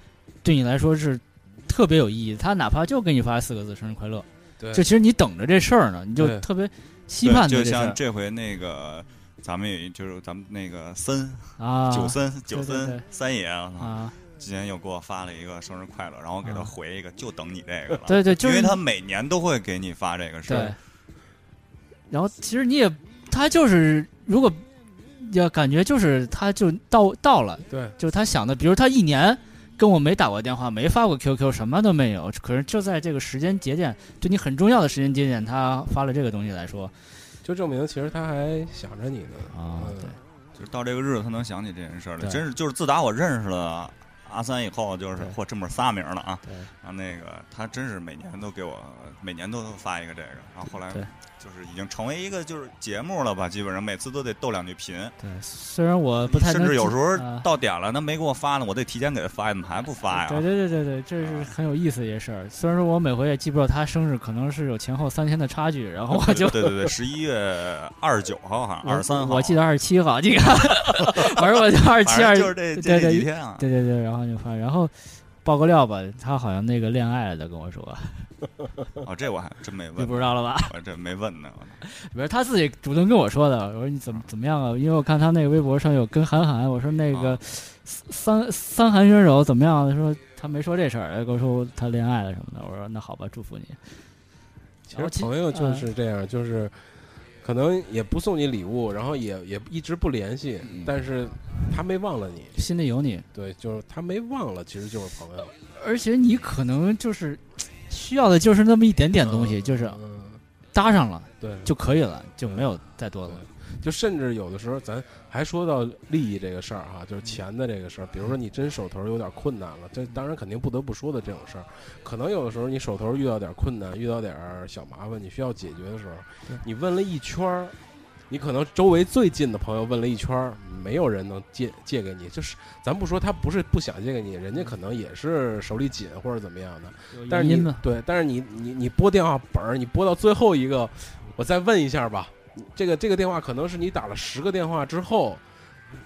对你来说是特别有意义的。他哪怕就给你发四个字“生日快乐”，
对
就其实你等着这事儿呢，你就
对
特别期
对，
盼
就
着这事
像
儿
这回那个，咱们也就是咱们那个森
啊。
九森九
对
森
对
三爷啊，
啊，
今天又给我发了一个生日快乐，然后我给他
啊
回一个，就等你这个了。
对对，就
因
是
为他每年都会给你发这个事
对
儿，。
然后其实你也，他就是如果要感觉就是他就到到了，
对。
就是他想的，比如他一年跟我没打过电话，没发过 QQ，什么都没有，可是就在这个时间节点，对你很重要的时间节点，他发了这个东西来说
就证明其实他还想着你呢。
啊
嗯，
对，
就是到这个日子他能想起这件事儿来。
对
真是就是自打我认识了阿三以后，就是
对
嚯，这么仨名儿了啊。
对
然后那个他真是每年都给我，每年都发一个这个。然后后来
对
就是已经成为一个就是节目了吧，基本上每次都得逗两句贫。
对，虽然我呃不太能
甚至有时候
啊
到点了，那没给我发呢，我得提前给他发，怎么还不发呀？
对对对对对，这是很有意思一件事儿。虽然说我每回也记不住他生日，可能是有前后三天的差距，然后我就
对对对，十一月二十九号好像二十三号，
我记得二十七号，你 看，我说我就二
反
十七、
正
二
就是这
对
这
对
几天啊。
对对对，然后就发，然后爆个料吧，他好像那个恋爱了的跟我说，
哦，这我还真没
你
问
不，知道了吧？
我这没问呢。
不是他自己主动跟我说的，我说你怎么怎么样啊？因为我看他那个微博上有跟韩寒，我说那个
啊
三三韩选手怎么样啊？他说他没说这事儿，跟我说他恋爱了什么的。我说那好吧，祝福你。
哦其
然后
实朋友就
嗯
是这样，就是可能也不送你礼物，然后也也一直不联系，
嗯
但是他没忘了你，
心里有你，
对，就是他没忘了，其实就是朋友。
而且你可能就是需要的就是那么一点点东西，
嗯
就是
嗯，
搭上了
对，
就可以了，就没有再多了。
就甚至有的时候，咱还说到利益这个事儿哈，就是钱的这个事儿。比如说你真手头有点困难了，这当然肯定不得不说的这种事儿。可能有的时候你手头遇到点困难，遇到点儿小麻烦，你需要解决的时候
对，
你问了一圈儿，你可能周围最近的朋友问了一圈儿，没有人能借借给你。就是咱不说他不是不想借给你，人家可能也是手里紧或者怎么样的。
有
但是
原
你
因呢？
对，但是你你你拨电话本儿，你拨到最后一个，我再问一下吧。这个这个电话可能是你打了十个电话之后，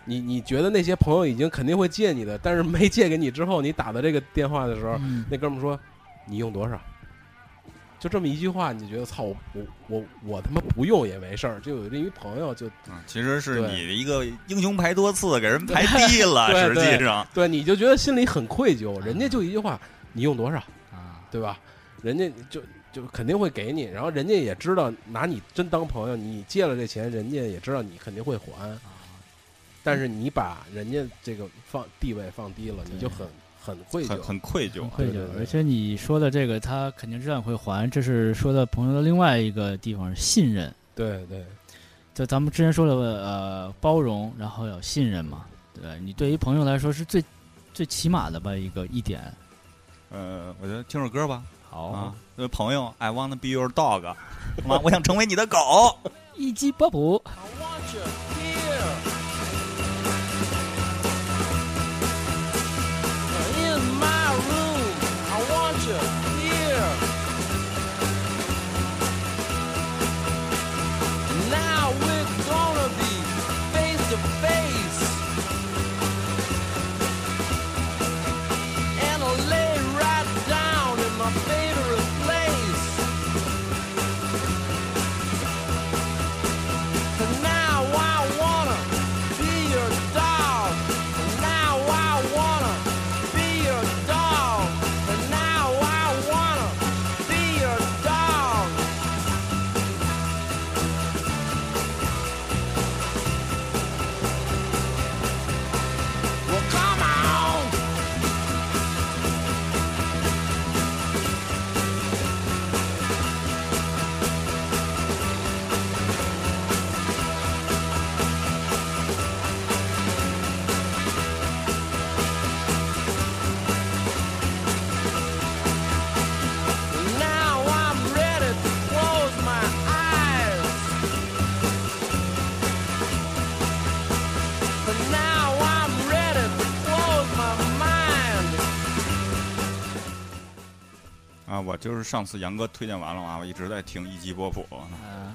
你你觉得那些朋友已经肯定会借你的，但是没借给你之后，你打的这个电话的时候，
嗯，
那哥们儿说你用多少？就这么一句话，你就觉得操，我我我我他妈不用也没事儿，就有这一朋友就
嗯，其实是
对
你的一个英雄排多次，给人排低 了，
对
实际上
对，你就觉得心里很愧疚，人家就一句话，你用多少，
啊，
对吧？人家就就肯定会给你，然后人家也知道拿你真当朋友，你借了这钱，人家也知道你肯定会
啊
还，但是你把人家这个放地位放低了，你就很很愧疚
很，很愧疚
很
啊，
愧
对
疚
对。对
而且你说的这个，他肯定知道你会还，这是说到朋友的另外一个地方，信任。
对对
就咱们之前说的，呃，包容，然后有信任嘛，对吧你对于朋友来说是最最起码的吧，一个一点。
呃，我觉得听首歌吧，
好
啊，呃朋友，I wanna be your dog，妈，我想成为你的狗。
一击波普，
I want you here. In my room. I want you here. Now we're gonna be face to face. And I'll lay right down in my favorite place. And now I wanna be your dog. And now I wanna be your dog. And now I wanna be your dog. Well, come on. Now I'm ready to close my eyes. But now I'm ready to close my mind.
啊，我就是上次杨哥推荐完了啊，我一直在听一级波普，啊
嗯、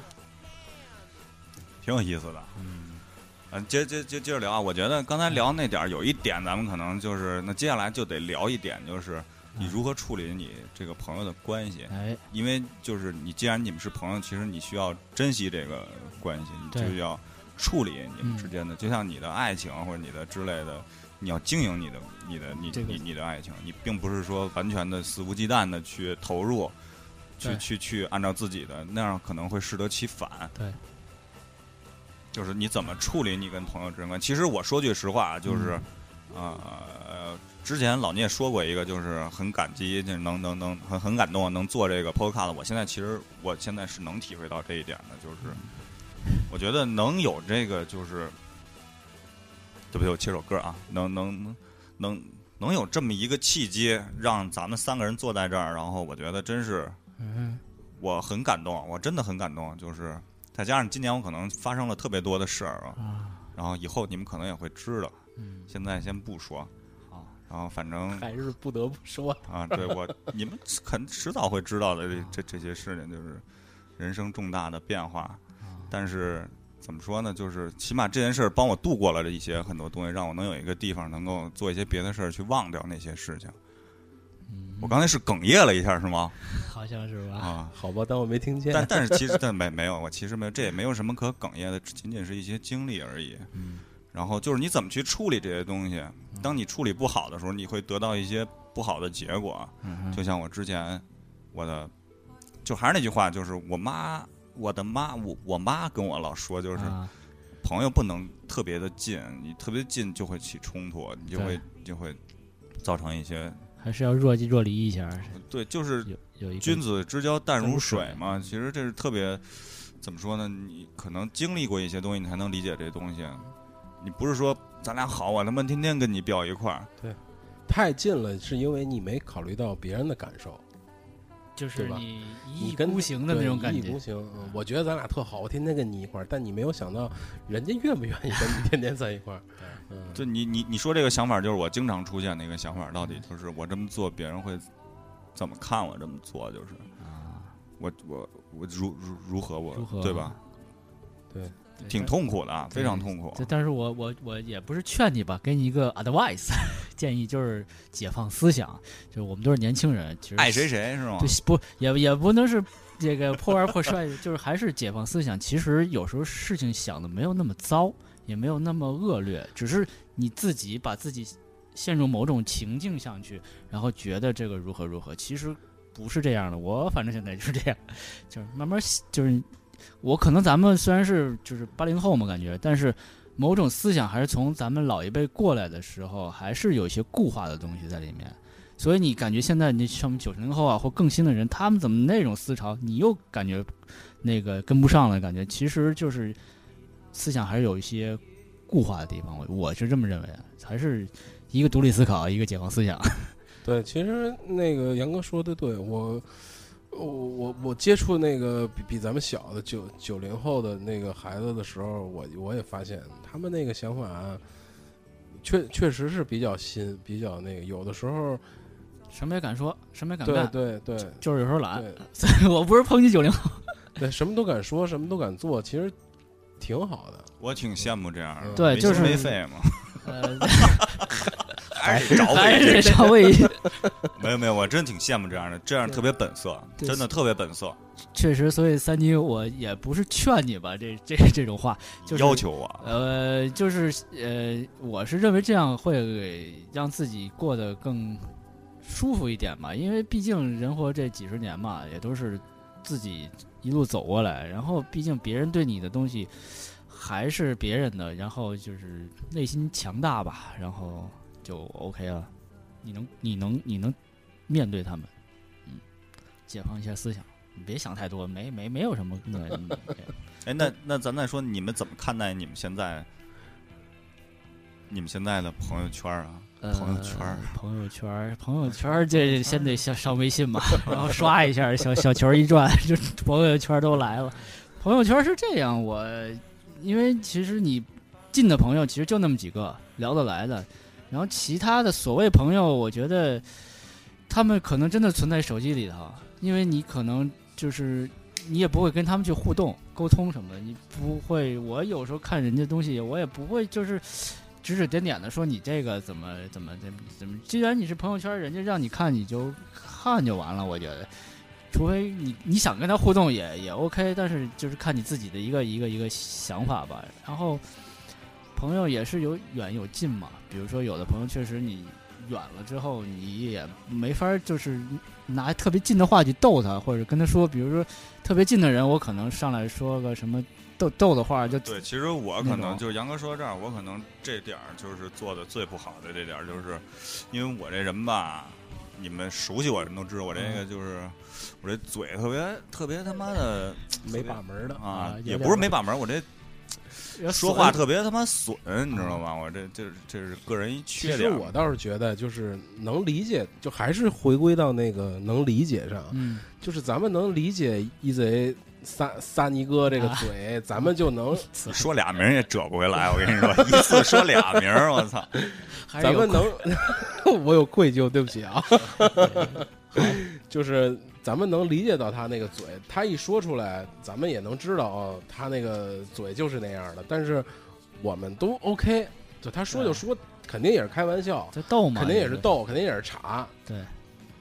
挺有意思的。嗯，啊，接接接接着聊啊，我觉得刚才聊那点儿有一点，咱们可能就是那接下来就得聊一点，就是你如何处理你这个朋友的关系，
哎，
因为就是你既然你们是朋友，其实你需要珍惜这个关系，你
对
就要处理你们
嗯
之间的，就像你的爱情或者你的之类的。你要经营你的、你的、你、
这个
你、你的爱情，你并不是说完全的肆无忌惮的去投入，去
对
去去按照自己的那样，可能会适得其反。
对，
就是你怎么处理你跟朋友之间关系。其实我说句实话，啊就是，
嗯
呃呃，之前老聂说过一个，就是很感激，就是能能能很很感动，啊能做这个 podcast。我现在其实我现在是能体会到这一点的，就是
嗯
我觉得能有这个，就是，对不起，我切首歌啊，能能能能能有这么一个契机，让咱们三个人坐在这儿，然后我觉得真是
嗯，
我很感动，啊我真的很感动，就是再加上今年我可能发生了特别多的事儿啊，
啊，
然后以后你们可能也会知道，
嗯，
现在先不说，
好，
然后反
嗯
正
还是不得不说，
啊，对我你们肯迟早会知道的这这这些事情，就是人生重大的变化，但是怎么说呢，就是起码这件事儿帮我度过了一些很多东西，让我能有一个地方能够做一些别的事儿去忘掉那些事情。我刚才是哽咽了一下是吗？
嗯好像是吧？
啊，
好吧，当我没听见。
但但是其 实但没没有，我其实没有，这也没有什么可哽咽的，仅仅是一些经历而已。
嗯，
然后就是你怎么去处理这些东西，当你处理不好的时候，你会得到一些不好的结果。
嗯
就像我之前，我的，就还是那句话，就是我妈，我的妈，我我妈跟我老说，就是
啊，
朋友不能特别的近，你特别近就会起冲突，你就
对
会就会造成一些
还是要若即若离一下，
对，就是
有有一个
君子之交淡如水嘛，
淡如水嗯
其实这是特别怎么说呢？你可能经历过一些东西，你才能理解这东西。啊你不是说咱俩好，我他妈天天跟你飙一块儿，
太近了，是因为你没考虑到别人的感受，
就是
对吧
你一
你
意
跟
孤行的那种
对
感
一意孤
觉，
行。嗯我觉得咱俩特好，我天天跟你一块儿，但你没有想到人家愿不愿意跟你 天天在一块儿。嗯，
就你你你说这个想法，就是我经常出现的一个想法，到底就是我这么做，别人会怎么看我这么做？就是
啊，
我我我如如如何我
如何
对吧？
对
挺。痛苦的啊，
对
非常痛苦
但。但是我我我也不是劝你吧，给你一个 advice 建议，就是解放思想，就是我们都是年轻人，其实
爱谁谁是吗？
对，不也也不能是这个破罐破摔，就是还是解放思想。其实有时候事情想的没有那么糟，也没有那么恶劣，只是你自己把自己陷入某种情境上去，然后觉得这个如何如何，其实不是这样的，我反正现在就是这样， 就是慢慢习就是我可能咱们虽然是就是八零后嘛，感觉，但是某种思想还是从咱们老一辈过来的时候，还是有一些固化的东西在里面。所以你感觉现在你像我们九零后啊，或更新的人，他们怎么那种思潮，你又感觉那个跟不上了，感觉其实就是思想还是有一些固化的地方。我我是这么认为，啊还是一个独立思考，一个解放思想。
对，其实那个杨哥说的对，我我我我接触那个比比咱们小的九九零后的那个孩子的时候，我我也发现他们那个想法啊确确实是比较新，比较那个，有的时候
什么也敢说，什么也敢
对
干，
对对
就是有时候懒。
对
所以 我不是抨击九零后，
对，什么都敢说，什么都敢做，其实挺好的。
我挺羡慕这样的，
对
没
就
心
是
没肺 嘛，
呃，
还是找我
还
一
是
个。
得稍微，
没有没有，我真挺羡慕这样的，这样
对
特别本色，
对
真的特别本色，
确实，所以三金我也不是劝你吧，这这这种话，就是
要求我。
呃，就是呃，我是认为这样会让自己过得更舒服一点嘛，因为毕竟人活这几十年嘛，也都是自己一路走过来，然后毕竟别人对你的东西还是别人的，然后就是内心强大吧，然后就 OK 了，你能你能你能面对他们，嗯，解放一下思想。你别想太多，没没没有什么 那个
哎，那那咱再说，你们怎么看待你们现在，你们现在的朋友圈啊？朋友圈儿
呃朋友圈儿，朋友圈儿，这先得先上微信嘛， 然后刷一下，小小球儿一转，就朋友圈儿都来了。朋友圈儿是这样，我因为其实你近的朋友其实就那么几个聊得来的，然后其他的所谓朋友，我觉得他们可能真的存在手机里头，因为你可能就是你也不会跟他们去互动、沟通什么的，你不会。我有时候看人家东西，我也不会就是指指点点的说你这个怎么怎么怎么怎么。既然你是朋友圈，人家让你看你就看就完了，我觉得。除非你你想跟他互动也也 OK，但是就是看你自己的一个一个一个想法吧。然后朋友也是有远有近嘛，比如说有的朋友确实你远了之后你也没法儿就是拿特别近的话去逗他，或者跟他说，比如说特别近的人，我可能上来说个什么逗逗的话，就
对，其实我可
那种
能就是杨哥说这儿，我可能这点儿就是做的最不好的这点儿，就是因为我这人吧，你们熟悉我的人都知道，我这个嗯就是、我这嘴特别特别他妈的
没把门的，
啊
啊，有
也
点
不是没把门儿，我这说话特别他妈损，你知道
啊
吗？我这这这是个人一
其
缺
实
点儿。
我倒是觉得，就是能理解，就还是回归到那个能理解上，
嗯，
就是咱们能理解一贼撒撒尼哥这个
啊
嘴，咱们 就能，
你说俩名儿也折不回来，我跟你说， 一次说俩名儿，我操！
还是
咱
有
们
可
能， 我有愧疚，对不起 啊，就是咱们能理解到他那个嘴，他一说出来，咱们也能知道哦，他那个嘴就是那样的，但是我们都 OK，就他说就说，肯定也是开玩笑，
就逗嘛，
肯定也
就是
逗，肯定也是查。
对。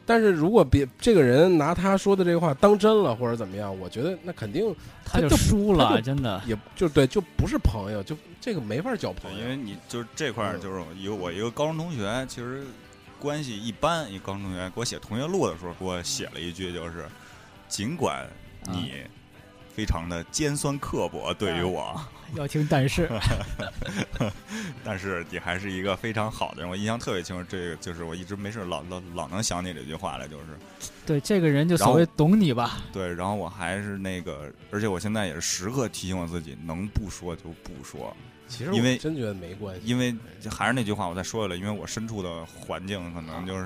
但是如果别这个人拿他说的这话当真了，或者怎么样，我觉得那肯定
他
他
就
就
输
他
了，
就
真的。啊
也就对，就不是朋友，就这个没法交朋
对，
友。
因为你就是这块儿，就是我一个我一个高中同学，其实关系一般。一高中同学给我写同学录的时候，给我写了一句，就是尽管
嗯
你非常的尖酸刻薄对于我，
要听但是，
但是你还是一个非常好的人。我印象特别清楚，这个就是我一直没事老老老能想起这句话来，就是
对这个人就
然后
所谓懂你吧，
对。然后我还是那个，而且我现在也是时刻提醒我自己，能不说就不说。
其实我
因为
真觉得没关系，
因为就还是那句话，我再说一了，因为我身处的环境可能就是，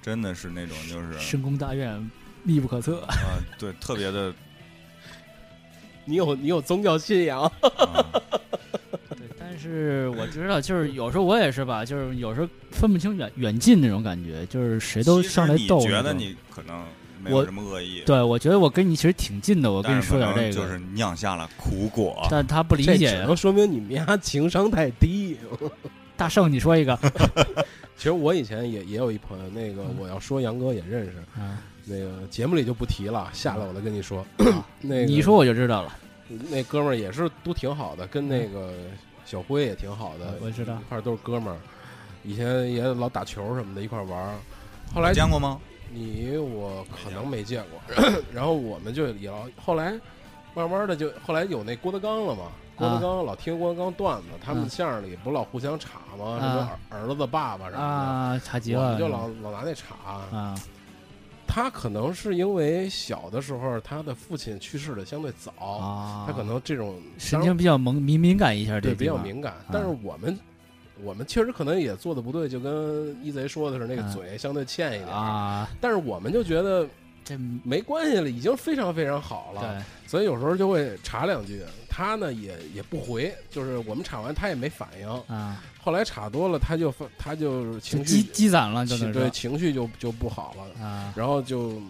真的是那种就是
深宫大院密不 可测。
呃，对，特别 的，
你有你有宗教信仰，
呃
对，但是我知道，就是有时候我也是吧，就是有时候分不清远远近那种感觉，就是谁都
其实
上来逗。
你觉得？你可能没有
我
什么恶意，
对，我觉得我跟你其实挺近的，我跟
但
你
是可
说点
能
这个，
就是酿下了苦果。
但他不理
这
解
只。能说明你们家情商太低。
大圣，你说一个
其实我以前也也有一朋友，那个
嗯
我要说杨哥也认识，
啊？
那个节目里就不提了，下来我再跟你说。啊 那个
你一说我就知道了。
那哥们儿也是都挺好的，跟那个小辉也挺好的，
嗯我知道
一块儿都是哥们儿，以前也老打球什么的，一块儿玩儿。后
你
来
见过吗？
你我可能没见过， 然后我们就聊，后来慢慢的就后来有那郭德纲了嘛，
啊
郭德纲老听郭德纲段子，他们
嗯
相声里不老互相插吗？
啊
什么儿儿子爸爸什么
啊，差极
的，我
了
们就老老拿那插。
啊
他可能是因为小的时候他的父亲去世的相对早，
啊，
他可能这种
神经比较萌敏敏感一下，
对
这地
比较
方啊
敏感，但是我们。我们确实可能也做的不对，就跟一贼说的是，那个
嗯
嘴相对欠一点儿。
啊，
但是我们就觉得
这
没关系了，已经非常非常好了。
对
所以有时候就会查两句，他呢也也不回，就是我们查完他也没反应。
啊，
后来查多了，他就发他就是
就
情
积
绪
积攒了，就
情
是
对情绪就就不好了，
啊
然后就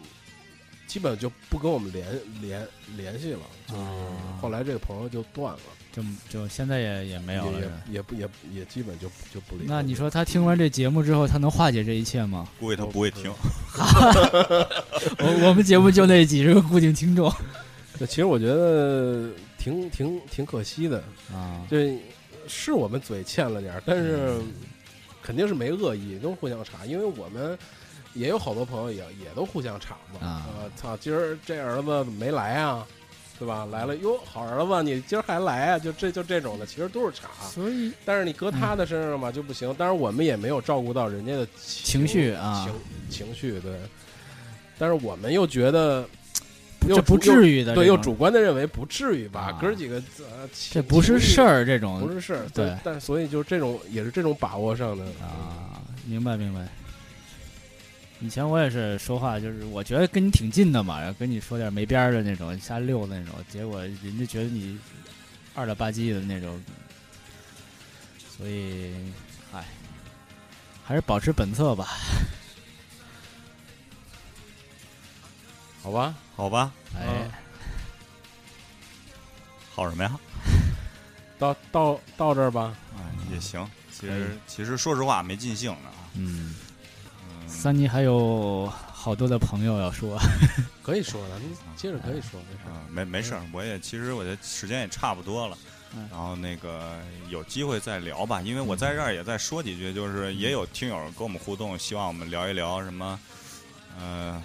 基本就不跟我们联联联系了。就是
啊
后来这个朋友就断了，
就就现在也也没有了。
也
是吧
也也不也也基本就就不理。
那你说他听完这节目之后，他能化解这一切 吗？
估计他不会听。
我我们节目就那几十个固定听 众
对，其实我觉得挺挺挺可惜的，
啊，
对，是我们嘴欠了点儿，但是肯定是没恶意，都互相查，因为我们也有好多朋友也也都互相查嘛。
啊
呃操，今儿这儿子怎么没来啊？对吧？来了，哟，好儿子，你今儿还来啊？就这就这种的，其实都是查，
所以
但是你搁他的身上吧就不行。当然，我们也没有照顾到人家的
情
情
绪啊
情情绪对。但是我们又觉得，又
这不
主又
至于的，
对，
这
又
种
主观的认为不至于吧
啊？
哥儿几个，呃情
这不是
情绪
事儿，这种
不是事儿，
对
但但所以就是这种也是这种把握上的，
啊，明白明白。以前我也是说话，就是我觉得跟你挺近的嘛，然后跟你说点没边儿的那种，瞎溜的那种，结果人家觉得你二了吧唧的那种，所以，哎，还是保持本色吧。
好吧，
好吧，
哎，
好什么呀？
到到到这儿吧，
哎，也行。其
可
实其实说实话没尽兴呢。
嗯，
嗯，
桑尼还有好多的朋友要说，
可以说了，你接着可以说，没事儿。
啊，没没事儿，我也其实我觉得时间也差不多了
嗯，
然后那个有机会再聊吧，因为我在这儿也再说几句，就是也有听友跟我们互动，希望我们聊一聊什么，呃，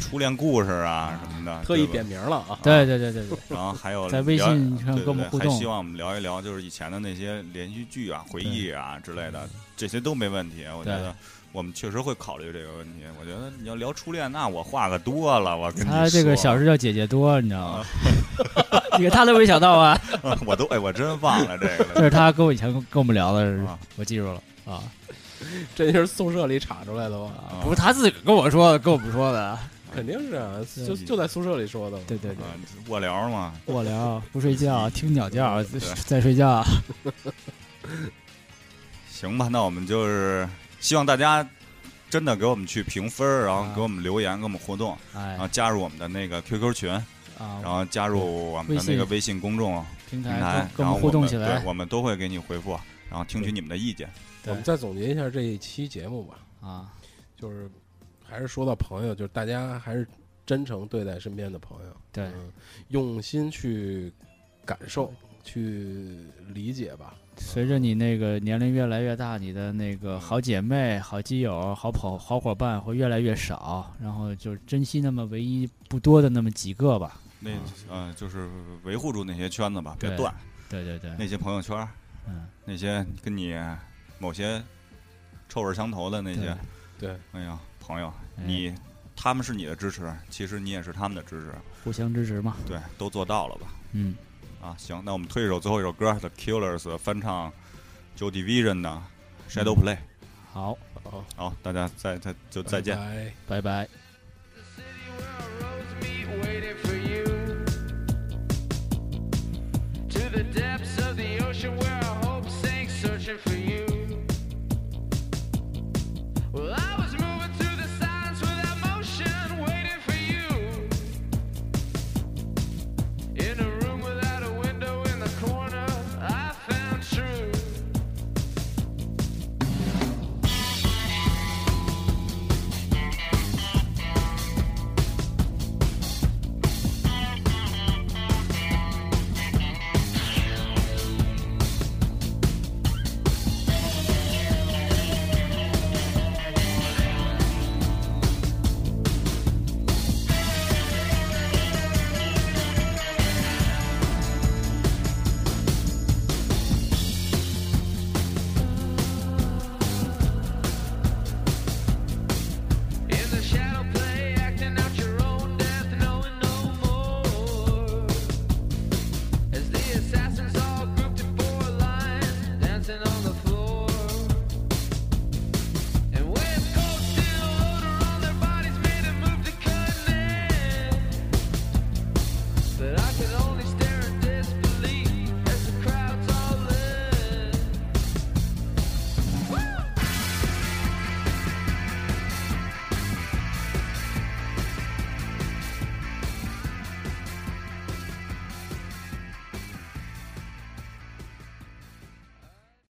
初恋故事啊什么的，
特
对
意
吧
点，名了啊，
对对对对 对，
然后还有
在微信
哦聊
上
对
跟我们
对
互
还
动
希望我们聊一聊就是以前的那些连续剧啊、回忆啊之类的，这些都没问题，我觉
对
得。我们确实会考虑这个问题。我觉得你要聊初恋，那我话可多了。我跟你说，
他这个小时叫姐姐多，你知道吗？
啊
这个他都没想到啊，
我都哎，我真忘了这个了。
这是他跟我以前跟我们聊的
啊，
我记住了啊。
这就是宿舍里查出来 的吧？
不是他自己跟我说的，跟我们说的。
肯定是啊，
对
就就在宿舍里说的嘛。
对对对，
啊，卧聊嘛，
我聊不睡 觉，听鸟叫，
对
在睡觉。
行吧，那我们就是希望大家真的给我们去评分儿，然后
啊
给我们留言，跟我们互动，
哎
然后加入我们的那个 QQ 群，然
啊，
后加入我们的那个微信公众平
平台
台，
哎跟跟
然后
我们互动起
对
来。
我们都会给你回复，然后听取你们的意见。
我们再总结一下这一期节目吧，
啊，
就是还是说到朋友，就是大家还是真诚对待身边的朋友，
对
嗯，用心去感受、去理解吧。
随着你那个年龄越来越大，你的那个好姐妹、好基友、好朋好伙伴会越来越少，然后就珍惜那么唯一不多的那么几个吧。
那呃，就是维护住那些圈子吧，别
啊对
断
对对对，
那些朋友圈儿，
嗯，
那些跟你某些臭味儿相投的那些
对，
对，
哎呀，朋友，
哎
你他们是你的支持，其实你也是他们的支持，
互相支持嘛。
对，都做到了吧？
嗯，
啊，行，那我们推一首最后一首歌，The Killers 翻唱 Joe Division 的 Shadow Play。
好，
好，
好，大家再再就再见。
拜拜
拜拜。